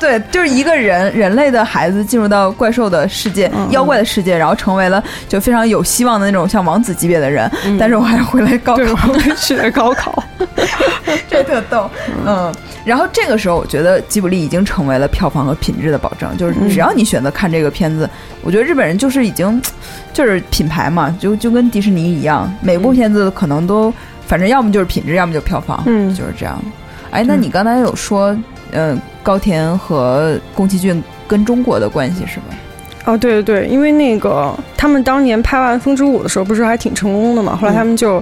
[SPEAKER 2] 对，就是一个人人类的孩子进入到怪兽的世界、
[SPEAKER 3] 嗯
[SPEAKER 2] 妖怪的世界，然后成为了就非常有希望的那种像王子级别的人，
[SPEAKER 4] 嗯
[SPEAKER 2] 但是我还是回来高
[SPEAKER 3] 对，
[SPEAKER 2] 考，
[SPEAKER 3] 我必须得高考。
[SPEAKER 2] 这特逗。嗯，然后这个时候我觉得吉卜力已经成为了票房和品质的保证，就是
[SPEAKER 3] 嗯
[SPEAKER 2] 只要你选择看这个片子，我觉得日本人就是已经就是品牌嘛，就就跟迪士尼一样，每部片子可能都反正要么就是品质，要么就票房，
[SPEAKER 3] 嗯
[SPEAKER 2] 就是这样。哎，那你刚才有说，嗯，高田和宫崎骏跟中国的关系是吧？
[SPEAKER 3] 哦，对对对，因为那个他们当年拍完《风之舞》的时候，不是还挺成功的嘛？后来他们就，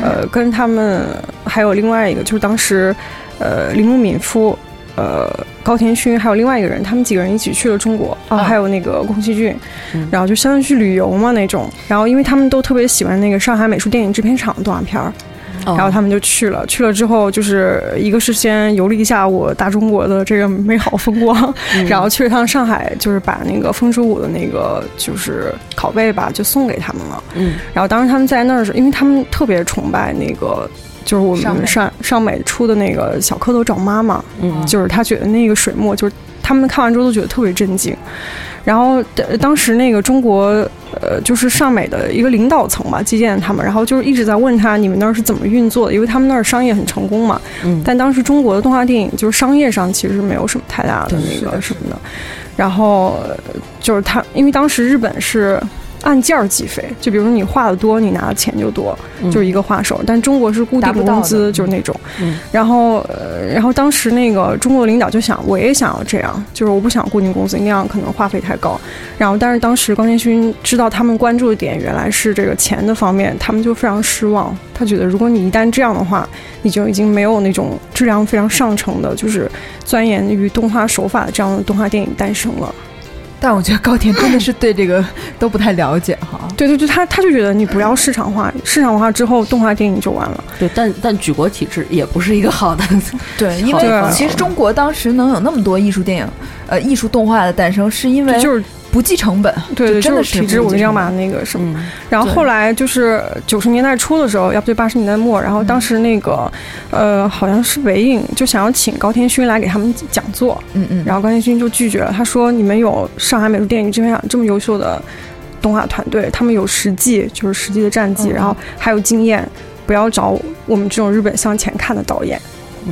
[SPEAKER 3] 呃，跟他们还有另外一个，就是当时，呃，铃木敏夫。呃，高田勋还有另外一个人，他们几个人一起去了中国啊，
[SPEAKER 2] 啊
[SPEAKER 3] 还有那个宫崎骏，
[SPEAKER 4] 嗯
[SPEAKER 3] 然后就相当于去旅游嘛那种。然后因为他们都特别喜欢那个上海美术电影制片厂的动画片儿，
[SPEAKER 4] 哦
[SPEAKER 3] 然后他们就去了。去了之后，就是一个是先游历一下我大中国的这个美好风光，
[SPEAKER 4] 嗯
[SPEAKER 3] 然后去了趟上海，就是把那个风之舞的那个就是拷贝吧，就送给他们了。
[SPEAKER 4] 嗯
[SPEAKER 3] 然后当时他们在那儿的时候，因为他们特别崇拜那个。就是我
[SPEAKER 2] 上美
[SPEAKER 3] 们上上美出的那个小蝌蚪找妈妈，
[SPEAKER 4] 嗯，
[SPEAKER 3] 就是他觉得那个水墨，就是他们看完之后都觉得特别震惊。然后呃当时那个中国呃，就是上美的一个领导层吧，基建他们，然后就是一直在问他你们那儿是怎么运作的，因为他们那儿商业很成功嘛。
[SPEAKER 4] 嗯
[SPEAKER 3] 但当时中国的动画电影就是商业上其实没有什么太大的
[SPEAKER 4] 对
[SPEAKER 3] 那个什么的。然后呃就是他，因为当时日本是。按件儿计费，就比如说你画的多，你拿的钱就多，
[SPEAKER 4] 嗯
[SPEAKER 3] 就是一个画手。但中国是固
[SPEAKER 2] 达
[SPEAKER 3] 定
[SPEAKER 2] 不到
[SPEAKER 3] 工
[SPEAKER 2] 的
[SPEAKER 3] 资，就是那种。
[SPEAKER 4] 嗯
[SPEAKER 3] 然后，呃，然后当时那个中国领导就想，我也想要这样，就是我不想固定工资，那样可能话费太高。然后，但是当时高建勋知道他们关注的点原来是这个钱的方面，他们就非常失望。他觉得，如果你一旦这样的话，你就已经没有那种质量非常上乘的，就是钻研于动画手法的这样的动画电影诞生了。
[SPEAKER 2] 但我觉得高田真的是对这 个都不太了解哈。
[SPEAKER 3] 对对对，他他就觉得你不要市场化，市场化之后动画电影就完了。
[SPEAKER 4] 对，但但举国体制也不是一个好的，
[SPEAKER 2] 对，因
[SPEAKER 4] 好
[SPEAKER 3] 的
[SPEAKER 2] 为其实中国当时能有那么多艺术电影，呃，艺术动画的诞生，是因为
[SPEAKER 3] 就是
[SPEAKER 2] 不计成本。
[SPEAKER 3] 对
[SPEAKER 2] 就
[SPEAKER 3] 对，
[SPEAKER 2] 真的
[SPEAKER 3] 就是体制，
[SPEAKER 2] 不
[SPEAKER 3] 我
[SPEAKER 2] 接
[SPEAKER 3] 就
[SPEAKER 2] 受
[SPEAKER 3] 要把那个什么。
[SPEAKER 4] 嗯
[SPEAKER 3] 然后
[SPEAKER 2] 对
[SPEAKER 3] 后来就是九十年代初的时候，要不对八十年代末，然后
[SPEAKER 2] 嗯
[SPEAKER 3] 当时那个，呃，好像是北影就想要请高天勋来给他们讲座，
[SPEAKER 2] 嗯嗯，
[SPEAKER 3] 然后高天勋就拒绝了，他说你们有上海美术电影制片厂这么优秀的动画团队，他们有实际就是实际的战绩，
[SPEAKER 2] 嗯
[SPEAKER 3] 然后还有经验，不要找我们这种日本向前看的导演。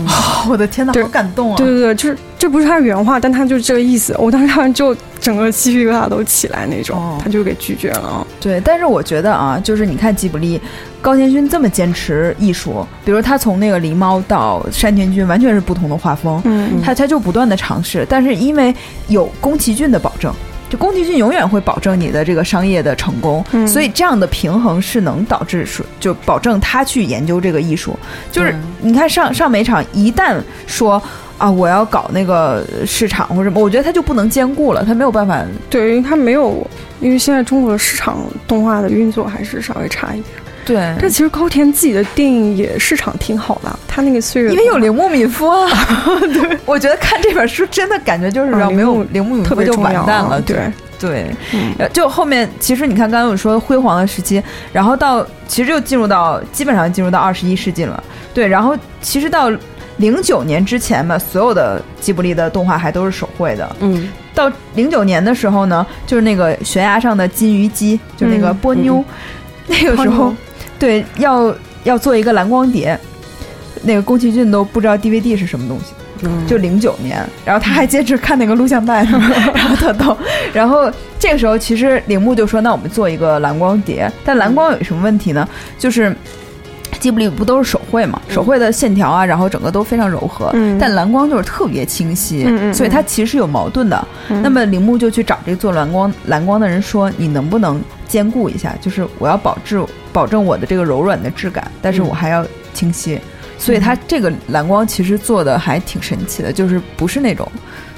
[SPEAKER 2] 后我的天哪，
[SPEAKER 3] 对
[SPEAKER 2] 好感动啊！
[SPEAKER 3] 对对对，就是这不是他原话，但他就是这个意思。我当时看完之后，整个鸡皮疙瘩都起来那种，
[SPEAKER 2] 哦
[SPEAKER 3] 他就给拒绝了啊。
[SPEAKER 2] 对，但是我觉得啊，就是你看吉卜力、高田勋这么坚持艺术，比如他从那个狸猫到山田君，完全是不同的画风，
[SPEAKER 3] 嗯
[SPEAKER 2] 他他就不断的尝试，但是因为有宫崎骏的保证。就宫崎骏永远会保证你的这个商业的成功，
[SPEAKER 3] 嗯
[SPEAKER 2] 所以这样的平衡是能导致说，就保证他去研究这个艺术。就是
[SPEAKER 4] 对
[SPEAKER 2] 你看上上美场，一旦说啊我要搞那个市场或者什么，我觉得他就不能兼顾了，他没有办法
[SPEAKER 3] 对，因为它没有，因为现在中国的市场动画的运作还是稍微差一点。
[SPEAKER 2] 对
[SPEAKER 3] 但其实高田自己的电影也市场挺好的，他那个岁 月
[SPEAKER 2] 因为有铃木敏夫 啊，对，我觉得看这本书真的感觉就是
[SPEAKER 3] 啊
[SPEAKER 2] 要没有
[SPEAKER 3] 铃木
[SPEAKER 2] 铃木敏
[SPEAKER 3] 特
[SPEAKER 2] 夫
[SPEAKER 3] 别
[SPEAKER 2] 就
[SPEAKER 3] 重
[SPEAKER 2] 完
[SPEAKER 3] 要啊
[SPEAKER 2] 蛋了，
[SPEAKER 3] 对，
[SPEAKER 2] 对，
[SPEAKER 3] 嗯
[SPEAKER 2] 呃就后面其实你看刚才我说辉煌的时期，然后到其实就进入到基本上进入到二十一世纪了，对，然后其实到零九年之前嘛，所有的吉卜力的动画还都是手绘的，
[SPEAKER 4] 嗯
[SPEAKER 2] 到零九年的时候呢，就是那个悬崖上的金鱼姬，就是那个
[SPEAKER 3] 嗯
[SPEAKER 2] 波妞，
[SPEAKER 4] 嗯
[SPEAKER 2] 那个时
[SPEAKER 3] 波
[SPEAKER 2] 候
[SPEAKER 3] 妞，
[SPEAKER 2] 对，要要做一个蓝光碟，那个宫崎骏都不知道 DVD 是什么东西，
[SPEAKER 4] 嗯，
[SPEAKER 2] 就零九年，然后他
[SPEAKER 3] 嗯
[SPEAKER 2] 还坚持看那个录像带呢， 然后特逗。然后这个时候，其实铃木就说：“那我们做一个蓝光碟。”但蓝光有什么问题呢？就是吉卜力不都是手绘嘛，
[SPEAKER 4] 嗯
[SPEAKER 2] 手绘的线条啊，然后整个都非常柔和，
[SPEAKER 3] 嗯
[SPEAKER 2] 但蓝光就是特别清晰，
[SPEAKER 3] 嗯嗯嗯
[SPEAKER 2] 所以它其实是有矛盾的。
[SPEAKER 3] 嗯
[SPEAKER 2] 那么铃木就去找这个做蓝光蓝光的人说：“你能不能兼顾一下？就是我要保质保证我的这个柔软的质感，但是我还要清晰。所以它这个蓝光其实做的还挺神奇的，就是不是那种，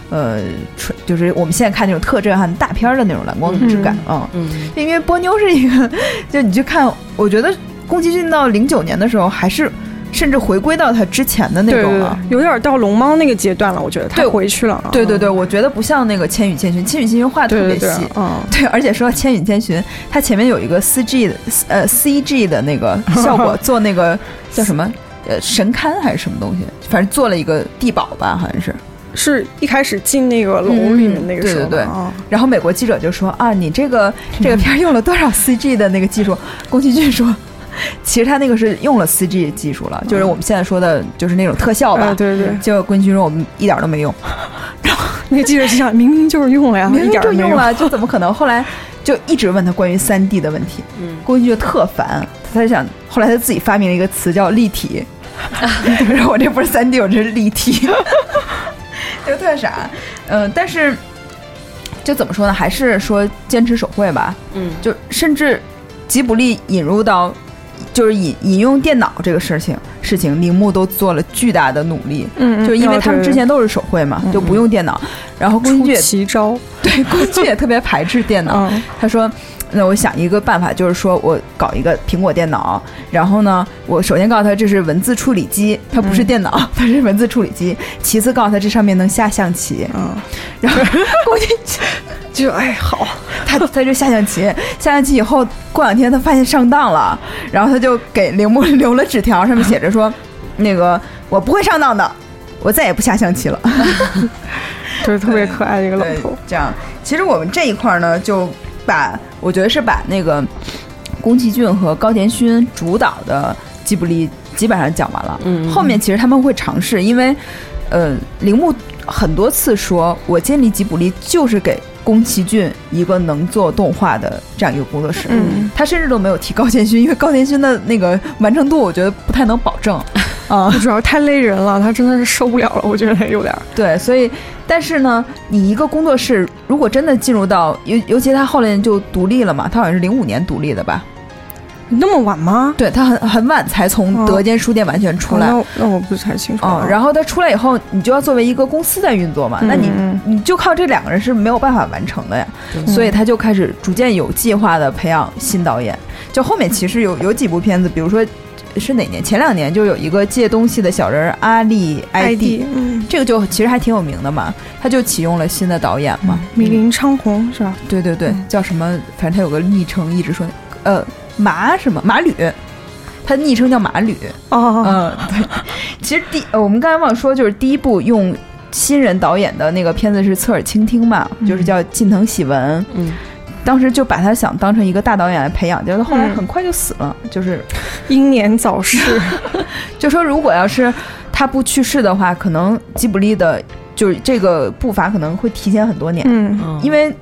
[SPEAKER 2] 呃，纯就是我们现在看那种特震撼大片儿的那种蓝光的质感啊、
[SPEAKER 4] 嗯
[SPEAKER 2] 因为波妞是一个，就你去看，我觉得宫崎骏到零九年的时候还是。甚至回归到他之前的那
[SPEAKER 3] 对
[SPEAKER 2] 种
[SPEAKER 3] 对
[SPEAKER 2] 了、
[SPEAKER 3] 对，有点到龙猫那个阶段了，我觉得他
[SPEAKER 2] 对
[SPEAKER 3] 回去了啊。
[SPEAKER 2] 对对对，我觉得不像那个《千与千寻》，《千与千寻》画的特
[SPEAKER 3] 对
[SPEAKER 2] 别
[SPEAKER 3] 对
[SPEAKER 2] 细。
[SPEAKER 3] 对，嗯，
[SPEAKER 2] 嗯 对而且说《千与千寻》，它前面有一个 C G 的呃 C G 的那 个效果，做那个叫什么呃神龛还是什么东西，反正做了一个地堡吧，好像是。
[SPEAKER 3] 是一开始进那个楼里面那
[SPEAKER 2] 嗯
[SPEAKER 3] 个
[SPEAKER 2] 嗯
[SPEAKER 3] 时
[SPEAKER 2] 对对
[SPEAKER 3] 候
[SPEAKER 2] 对
[SPEAKER 3] 的啊，
[SPEAKER 2] 然后美国记者就说啊，你这个这个片儿用了多少 C G 的那个技术？宫崎骏说， 其实他那个是用了 C G 技术了，就是我们现在说的就是那种特效吧。
[SPEAKER 3] 啊对对，
[SPEAKER 2] 结果宫崎骏说我们一点儿都没用。
[SPEAKER 3] 那个记者就想，明明就是用了呀，
[SPEAKER 2] 明
[SPEAKER 3] 啊一
[SPEAKER 2] 明
[SPEAKER 3] 点儿
[SPEAKER 2] 就
[SPEAKER 3] 没
[SPEAKER 2] 用。 了，就怎么可能？后来就一直问他关于三 D 的问题，
[SPEAKER 4] 嗯
[SPEAKER 2] 宫崎骏就特烦，他就想，后来他自己发明了一个词叫立体，他说我这不是三 D，我这是立体， 就特傻。嗯、但是就怎么说呢？还是说坚持手绘吧，
[SPEAKER 4] 嗯
[SPEAKER 2] 就甚至吉卜力引入到。就是引引用电脑这个事情，事情铃木都做了巨大的努力，
[SPEAKER 3] 嗯，嗯
[SPEAKER 2] 就是因为
[SPEAKER 3] 哦
[SPEAKER 2] 他们
[SPEAKER 3] 对
[SPEAKER 2] 之前都是手绘嘛，
[SPEAKER 4] 嗯
[SPEAKER 2] 就不用电脑。然后宫崎
[SPEAKER 3] 出
[SPEAKER 2] 骏也
[SPEAKER 3] 奇招，
[SPEAKER 2] 对，郭靖也特别排斥电脑。
[SPEAKER 3] 嗯
[SPEAKER 2] 他说：“那我想一个办法，就是说我搞一个苹果电脑，然后呢，我首先告诉他这是文字处理机，它不是电脑， 它是文字处理机。其 次告诉他这上面能下象棋。
[SPEAKER 3] 嗯，
[SPEAKER 2] 然后郭靖
[SPEAKER 3] 就哎好，
[SPEAKER 2] 他他就下象棋， 下象棋以后过两天他发现上当了，然后他就给铃木 留了纸条，上面写着说，那个我不会上当的，我再也不下象棋了。
[SPEAKER 3] 就是特别可爱的一个老
[SPEAKER 2] 对
[SPEAKER 3] 头。，
[SPEAKER 2] 这样，其实我们这一块儿呢，就把我觉得是把那个宫崎骏和高田勋主导的吉卜力基本上讲完了。
[SPEAKER 4] 嗯
[SPEAKER 2] 后面其实他们会尝试，因为呃，铃木很多次说，我建立吉卜力就是给宫崎骏一个能做动画的这样一个工作室。
[SPEAKER 3] 嗯，
[SPEAKER 2] 他甚至都没有提高田勋，因为高田勋的那个完成度，我觉得不太能保证。啊，
[SPEAKER 3] 嗯主要太累人了，他真的是受不了了，我觉得有点儿。
[SPEAKER 2] 对，所以，但是呢，你一个工作室如果真的进入到，尤尤其他后来就独立了嘛，他好像是零五年独立的吧？
[SPEAKER 3] 那么晚吗？
[SPEAKER 2] 对他很很晚才从
[SPEAKER 3] 哦
[SPEAKER 2] 德间书店完全出
[SPEAKER 3] 哦
[SPEAKER 2] 来
[SPEAKER 3] 那。我那我不太清楚了。
[SPEAKER 2] 嗯，然后他出来以后，你就要作为一个公司在运作嘛，那你
[SPEAKER 3] 嗯
[SPEAKER 2] 你就靠这两个人是没有办法完成的呀，
[SPEAKER 4] 对
[SPEAKER 2] 所以他就开始逐渐有计划的培养新导演。就后面其实有有几部片子，比如说是哪年？前两年就有一个借东西的小人儿阿丽埃
[SPEAKER 3] ，ID
[SPEAKER 2] 蒂，
[SPEAKER 3] 嗯，
[SPEAKER 2] 这个就其实还挺有名的嘛，他就启用了新的导演嘛，
[SPEAKER 3] 米林昌宏是吧？
[SPEAKER 2] 对对对
[SPEAKER 3] 嗯，
[SPEAKER 2] 叫什么？反正他有个昵称，一直说呃马什么马吕，他昵称叫马吕。
[SPEAKER 3] 哦哦，哦
[SPEAKER 2] 嗯，对。 其实第呃我们刚才忘了说，就是第一部用新人导演的那个片子是侧耳倾听嘛，
[SPEAKER 3] 嗯
[SPEAKER 2] 就是叫近藤喜文。
[SPEAKER 4] 嗯，
[SPEAKER 2] 当时就把他想当成一个大导演来培养，结果他后来
[SPEAKER 3] 嗯
[SPEAKER 2] 很快就死了。就是
[SPEAKER 3] 英年 早逝。
[SPEAKER 2] 就说，如果要是他不去世的话，可能吉卜力的就是这个步伐可能会提前很多年。
[SPEAKER 3] 嗯，
[SPEAKER 4] 嗯
[SPEAKER 2] 因为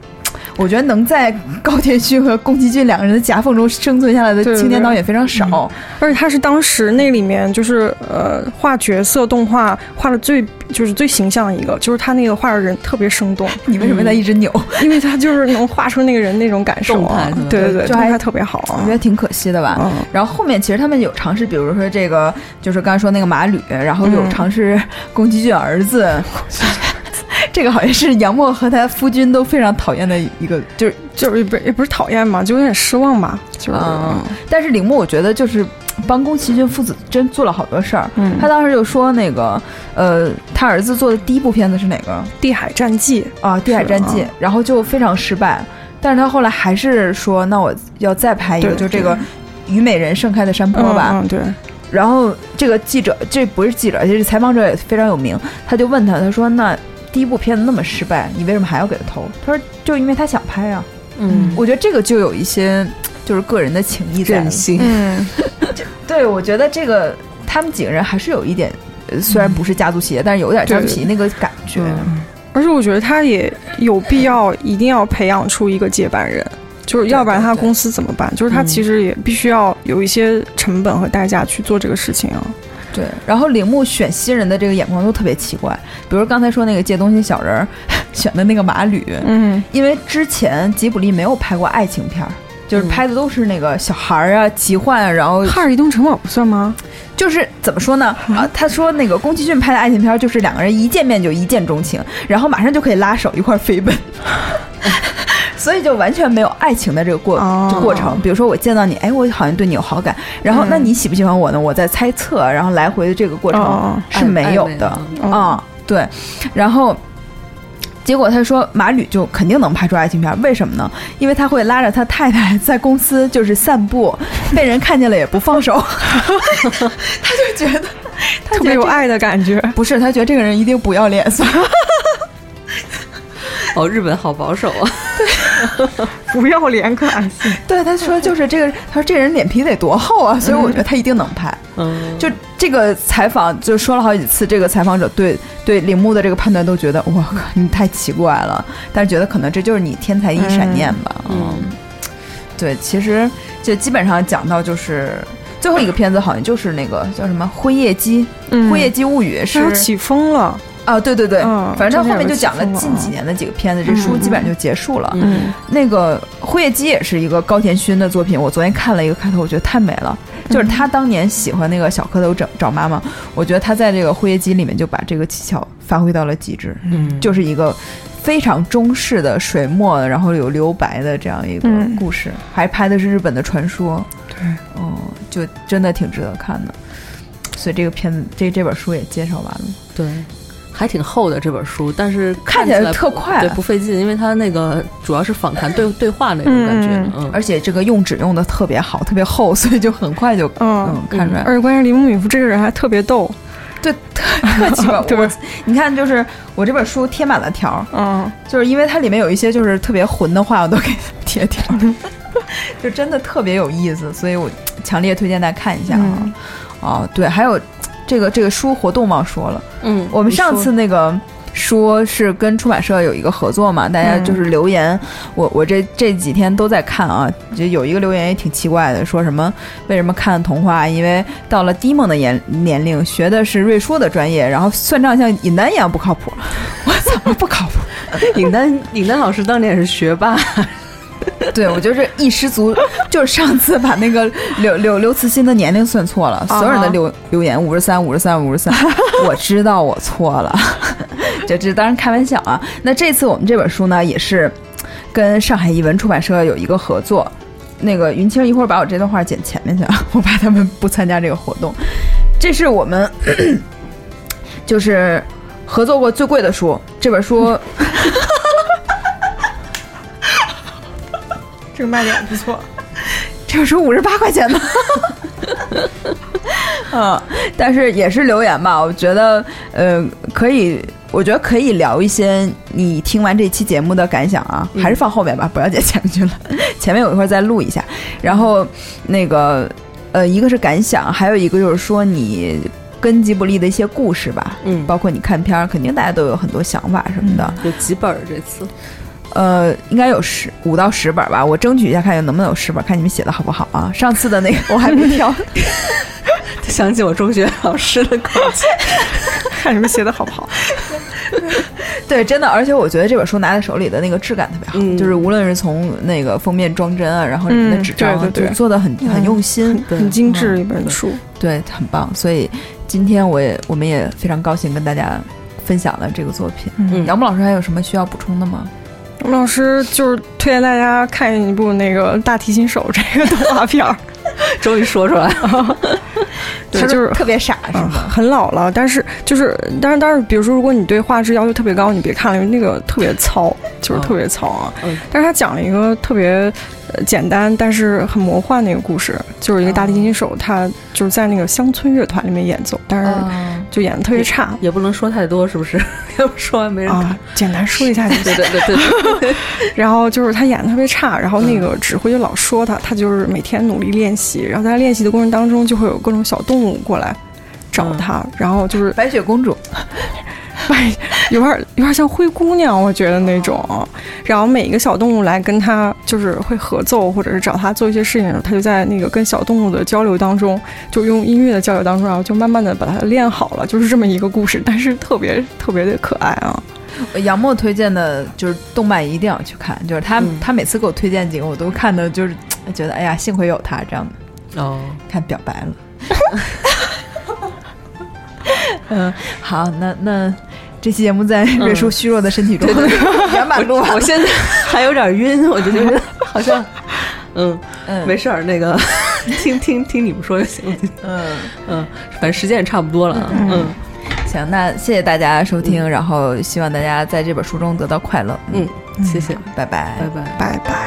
[SPEAKER 2] 我觉得能在高田勋和宫崎骏两个人的夹缝中生存下来的
[SPEAKER 3] 对对嗯
[SPEAKER 2] 青年导演非常少。
[SPEAKER 3] 而且他是当时那里面就是呃画角色动画画的最就是最形象的一个，就是他那个画的人特别生动，
[SPEAKER 2] 你为什么在一直扭？
[SPEAKER 3] 因为他就是能画出那个人那种感受
[SPEAKER 4] 动态
[SPEAKER 3] 啊
[SPEAKER 4] 是吧，
[SPEAKER 3] 对对对，
[SPEAKER 2] 就
[SPEAKER 3] 嗯动
[SPEAKER 2] 还
[SPEAKER 3] 态特别好
[SPEAKER 2] 我觉得挺可惜的吧。
[SPEAKER 3] 啊。
[SPEAKER 2] 然后后面其实他们有尝试，比如说这个就是刚才说那个马吕，然后有
[SPEAKER 3] 嗯
[SPEAKER 2] 尝试宫崎骏儿子。 这个好像是杨默和他夫君都非常讨厌的一个，就是
[SPEAKER 3] 就是也不也不是讨厌嘛，就有点失望吧，就是
[SPEAKER 2] 嗯但是铃木我觉得就是帮宫崎骏父子真做了好多事儿。
[SPEAKER 3] 嗯，
[SPEAKER 2] 他
[SPEAKER 3] 他的
[SPEAKER 2] 当时就说那个，呃，他儿子做的第一部片子是哪个？
[SPEAKER 3] 《地海战记》
[SPEAKER 2] 啊，《地海
[SPEAKER 3] 是
[SPEAKER 2] 战
[SPEAKER 3] 啊
[SPEAKER 2] 记》然后就非常失败。但是他后来还是说，那我要再拍一个，
[SPEAKER 3] 对
[SPEAKER 2] 哎就这个虞美人盛开的山坡
[SPEAKER 3] 嗯
[SPEAKER 2] 吧。
[SPEAKER 3] 嗯，对，
[SPEAKER 2] 然后这个记者，这不是记者，这是采访者也非常有名。他就问他，他说：“那第一部片子那么失败，你为什么还要给他投？”他说：“就因为他想拍啊。”
[SPEAKER 4] 嗯
[SPEAKER 2] 我觉得这个就有一些就是个人的情谊在
[SPEAKER 4] 任
[SPEAKER 2] 了。
[SPEAKER 4] 性，
[SPEAKER 3] 嗯，
[SPEAKER 2] 对，我觉得这个他们几个人还是有一点，呃虽
[SPEAKER 3] 嗯
[SPEAKER 2] 然不是家族企业，但是有点家族企业那个感觉。
[SPEAKER 4] 嗯
[SPEAKER 3] 而且我觉得他也有必要一定要培养出一个接班人。就是要不然他
[SPEAKER 2] 对对对
[SPEAKER 3] 公司怎么办？就是他
[SPEAKER 4] 嗯
[SPEAKER 3] 其实也必须要有一些成本和代价去做这个事情啊。
[SPEAKER 2] 对，然后铃木选新人的这个眼光都特别奇怪，比如刚才说那个借东西小人儿 选的那个马吕，
[SPEAKER 3] 嗯，
[SPEAKER 2] 因为之前吉卜力没有拍过爱情片儿。就是
[SPEAKER 4] 嗯
[SPEAKER 2] 拍的都是那个小孩儿啊、奇幻啊，然后
[SPEAKER 3] 嗯《哈尔移动城堡》不算吗？
[SPEAKER 2] 就是怎么 说呢？啊，他说那个宫崎骏拍的爱情片儿就是两个人一见面就一见钟情，然后马上就可以拉手一块儿飞奔， 所以就完全没有爱情的这个过、
[SPEAKER 3] 哦
[SPEAKER 2] 这过程。比如说我见到你，哎，我好像对你有好感，然后、
[SPEAKER 3] 嗯
[SPEAKER 2] 那你喜不喜欢我呢？我在猜测，然后来回的这个过程。
[SPEAKER 3] 哦
[SPEAKER 2] 是没有的
[SPEAKER 4] 暧昧
[SPEAKER 2] 啊、
[SPEAKER 3] 哦
[SPEAKER 2] 对。然后结果他说马吕就肯定能拍出爱情片，为什么呢？因为他会拉着他太太在公司就是散步，被人看见了也不放手， 他就觉得他
[SPEAKER 3] 特
[SPEAKER 2] 觉
[SPEAKER 3] 别
[SPEAKER 2] 得
[SPEAKER 3] 有
[SPEAKER 2] 这
[SPEAKER 3] 爱的感觉。
[SPEAKER 2] 不是，他觉得这个人一定不要脸，所 以
[SPEAKER 4] 哦，日本好保守啊，
[SPEAKER 3] 不要脸可爱死。
[SPEAKER 2] 对他说就是这个，他说这人脸皮得多厚啊，
[SPEAKER 3] 嗯
[SPEAKER 2] 所以我觉得他一定能拍。
[SPEAKER 4] 嗯，
[SPEAKER 2] 就这个采访，就说了好几次，这个采访者对对铃木的这个判断都觉得，哇靠，你太奇怪了，但是觉得可能这就是你天才一闪念吧。
[SPEAKER 4] 嗯
[SPEAKER 2] 对，其实就基本上讲到就是最后一个片子，好像就是那个叫什么《辉夜姬》
[SPEAKER 3] 嗯，
[SPEAKER 2] 辉夜姬物语》
[SPEAKER 3] 他要
[SPEAKER 2] 是
[SPEAKER 3] 起风了。
[SPEAKER 2] 啊，对对对，
[SPEAKER 3] 嗯
[SPEAKER 2] 反正
[SPEAKER 3] 中
[SPEAKER 2] 他
[SPEAKER 3] 间
[SPEAKER 2] 后面就
[SPEAKER 3] 有个
[SPEAKER 2] 讲了
[SPEAKER 3] 起
[SPEAKER 2] 近
[SPEAKER 3] 风了
[SPEAKER 2] 几年的几个片子，这书
[SPEAKER 3] 嗯
[SPEAKER 2] 基本上就结束了。
[SPEAKER 3] 嗯，
[SPEAKER 2] 那个《辉夜姬》也是一个高田勋的作品，我昨天看了一个开头，我觉得太美了。就是他当年喜欢那个小蝌蚪找找妈妈，我觉得他在这个《辉夜姬》里面就把这个技巧发挥到了极致，
[SPEAKER 4] 嗯
[SPEAKER 2] 就是一个非常中式的水墨，然后有留白的这样一个
[SPEAKER 3] 嗯
[SPEAKER 2] 故事，还拍的是日本的传说，
[SPEAKER 3] 对，
[SPEAKER 2] 哦，就真的挺值得看的。所以这个片子，这这本书也介绍完了。
[SPEAKER 4] 对，还挺厚的这本书，但是
[SPEAKER 2] 看
[SPEAKER 4] 起
[SPEAKER 2] 起来
[SPEAKER 4] 不
[SPEAKER 2] 特快
[SPEAKER 4] 对，不费劲，因为它那个主要是访谈对对话那种感觉，嗯，
[SPEAKER 2] 而且这个用纸用的特别好，特别厚，所以就很快就
[SPEAKER 3] 嗯，
[SPEAKER 2] 嗯看出来。
[SPEAKER 3] 而且关键是林姆米夫这个人还特别逗，
[SPEAKER 2] 对，特 特奇怪。
[SPEAKER 3] 对
[SPEAKER 2] 我你看，就是我这本书贴满了条儿，
[SPEAKER 3] 嗯，
[SPEAKER 2] 就是因为它里面有一些就是特别混的话，我都给它贴条儿， 就真的特别有意思，所以我强烈推荐大家看一下啊。
[SPEAKER 3] 嗯
[SPEAKER 2] 哦，对，还有这个这个书活动忘说了，
[SPEAKER 4] 嗯，
[SPEAKER 2] 我们
[SPEAKER 4] 你
[SPEAKER 2] 上
[SPEAKER 4] 说
[SPEAKER 2] 次那个。说是跟出版社有一个合作嘛，大家就是
[SPEAKER 4] 嗯
[SPEAKER 2] 留言，我我这这几天都在看啊，就有一个留言也挺奇怪的，说什么为什么看童话？因为到了低梦的年年龄，学的是瑞说的专业，然后算账像尹丹一样不靠谱， 我怎么不靠谱？
[SPEAKER 4] 尹丹 尹丹老师当年也是学霸，
[SPEAKER 2] 对，我觉得这一失足，就是上次把那个刘刘刘慈欣的年龄算错了，所有人的留留言五十三、五十三、五十三，我知道我错了， 这这当然开玩笑啊。那这次我们这本书呢，也是跟上海译文出版社有一个合作。那个云清一会儿把我这段话剪前面去啊， 我怕他们不参加这个活动。这是我们 就是合作过最贵的书，这本书
[SPEAKER 3] 这个卖点不错，
[SPEAKER 2] 这本书五十八块钱的，嗯，但是也是留言吧，我觉得，呃，可以，我觉得可以聊一些你听完这期节目的感想啊，还是放后面吧，不要剪前面去了， 前面我一会儿再录一下。然后那个，呃，一个是感想，还有一个就是说你跟吉卜力的一些故事吧，
[SPEAKER 4] 嗯，
[SPEAKER 2] 包括你看片儿，肯定大家都有很多想法什么的，
[SPEAKER 4] 有几本儿这次，
[SPEAKER 2] 呃，应该有十五到十本吧，我争取一下，看有能不能有十本，看你们写的好不好啊。上次的那个 我还没挑，
[SPEAKER 4] 想起我中学老师的口气，
[SPEAKER 3] 看你们写的好不好，
[SPEAKER 2] 对，真的，而且我觉得这本书拿在手里的那个质感特别好，
[SPEAKER 4] 嗯
[SPEAKER 2] 就是无论是从那个封面装帧啊，然后里面的
[SPEAKER 3] 嗯
[SPEAKER 2] 纸张啊，
[SPEAKER 3] 对对对
[SPEAKER 2] 就做的很很用心，
[SPEAKER 4] 对
[SPEAKER 3] 很精致一本书，
[SPEAKER 2] 对，很棒。所以今天我也我们也非常高兴跟大家分享了这个作品。
[SPEAKER 4] 嗯
[SPEAKER 2] 杨木老师还有什么需要补充的吗？
[SPEAKER 3] 我嗯们老师就是推荐大家看一部那个《大提琴手》这个动画片儿，
[SPEAKER 4] 终于说出来了，
[SPEAKER 3] 对
[SPEAKER 2] 他
[SPEAKER 3] 就是
[SPEAKER 2] 特别傻是
[SPEAKER 3] 嗯
[SPEAKER 2] 吗？
[SPEAKER 3] 很老了，但是就是，但是但是，比如说，如果你对画质要求特别高，你别看了，因为那个特别糙，就是特别糙啊。
[SPEAKER 4] 嗯
[SPEAKER 3] 但是他讲了一个特别呃简单，但是很魔幻的一个故事，就是一个大提
[SPEAKER 4] 哦
[SPEAKER 3] 琴手，他就是在那个乡村乐团里面演奏，但是
[SPEAKER 2] 嗯
[SPEAKER 3] 就演的特别差。
[SPEAKER 4] 也不能说太多，是不是？ 要不说完没人看。
[SPEAKER 3] 啊，简单说一下就 行。
[SPEAKER 4] 对对对对对，
[SPEAKER 3] 然后就是他演的特别差，然后
[SPEAKER 4] 嗯
[SPEAKER 3] 那个指挥就老说他，他就是每天努力练习，然后在练习的过程当中，就会有各种小动物过来找
[SPEAKER 4] 嗯
[SPEAKER 3] 他，然后就是
[SPEAKER 2] 白雪公主，
[SPEAKER 3] 哎， 有点有点像灰姑娘，我觉得那种。然后每一个小动物来跟他就是会合奏，或者是找他做一些事情的时候，他就在那个跟小动物的交流当中，就用音乐的交流当中，然后就慢慢的把它练好了，就是这么一个故事，但是特别特别的可爱啊。
[SPEAKER 2] 杨默推荐的就是动漫一定要去看，就是他、
[SPEAKER 4] 嗯
[SPEAKER 2] 他每次给我推荐几个，我都看的就是觉得哎呀，幸亏有他这样的
[SPEAKER 4] 哦，
[SPEAKER 2] 看表白了。 嗯，好，那那这期节目在
[SPEAKER 4] 嗯
[SPEAKER 2] 瑞叔虚弱的身体中 圆满录完
[SPEAKER 4] 我
[SPEAKER 2] 了。
[SPEAKER 4] 现在还有点晕，我就觉得好 像，嗯，
[SPEAKER 2] 嗯，
[SPEAKER 4] 没事儿，那 个听听听你们说就行。
[SPEAKER 2] 嗯，
[SPEAKER 4] 嗯，反正时间也差不多了啊。嗯
[SPEAKER 2] 行，那谢谢大家收听，然后希望大家在这本书中得到快乐。
[SPEAKER 4] 嗯，谢谢，
[SPEAKER 2] 拜拜
[SPEAKER 4] 拜拜。
[SPEAKER 3] 拜拜。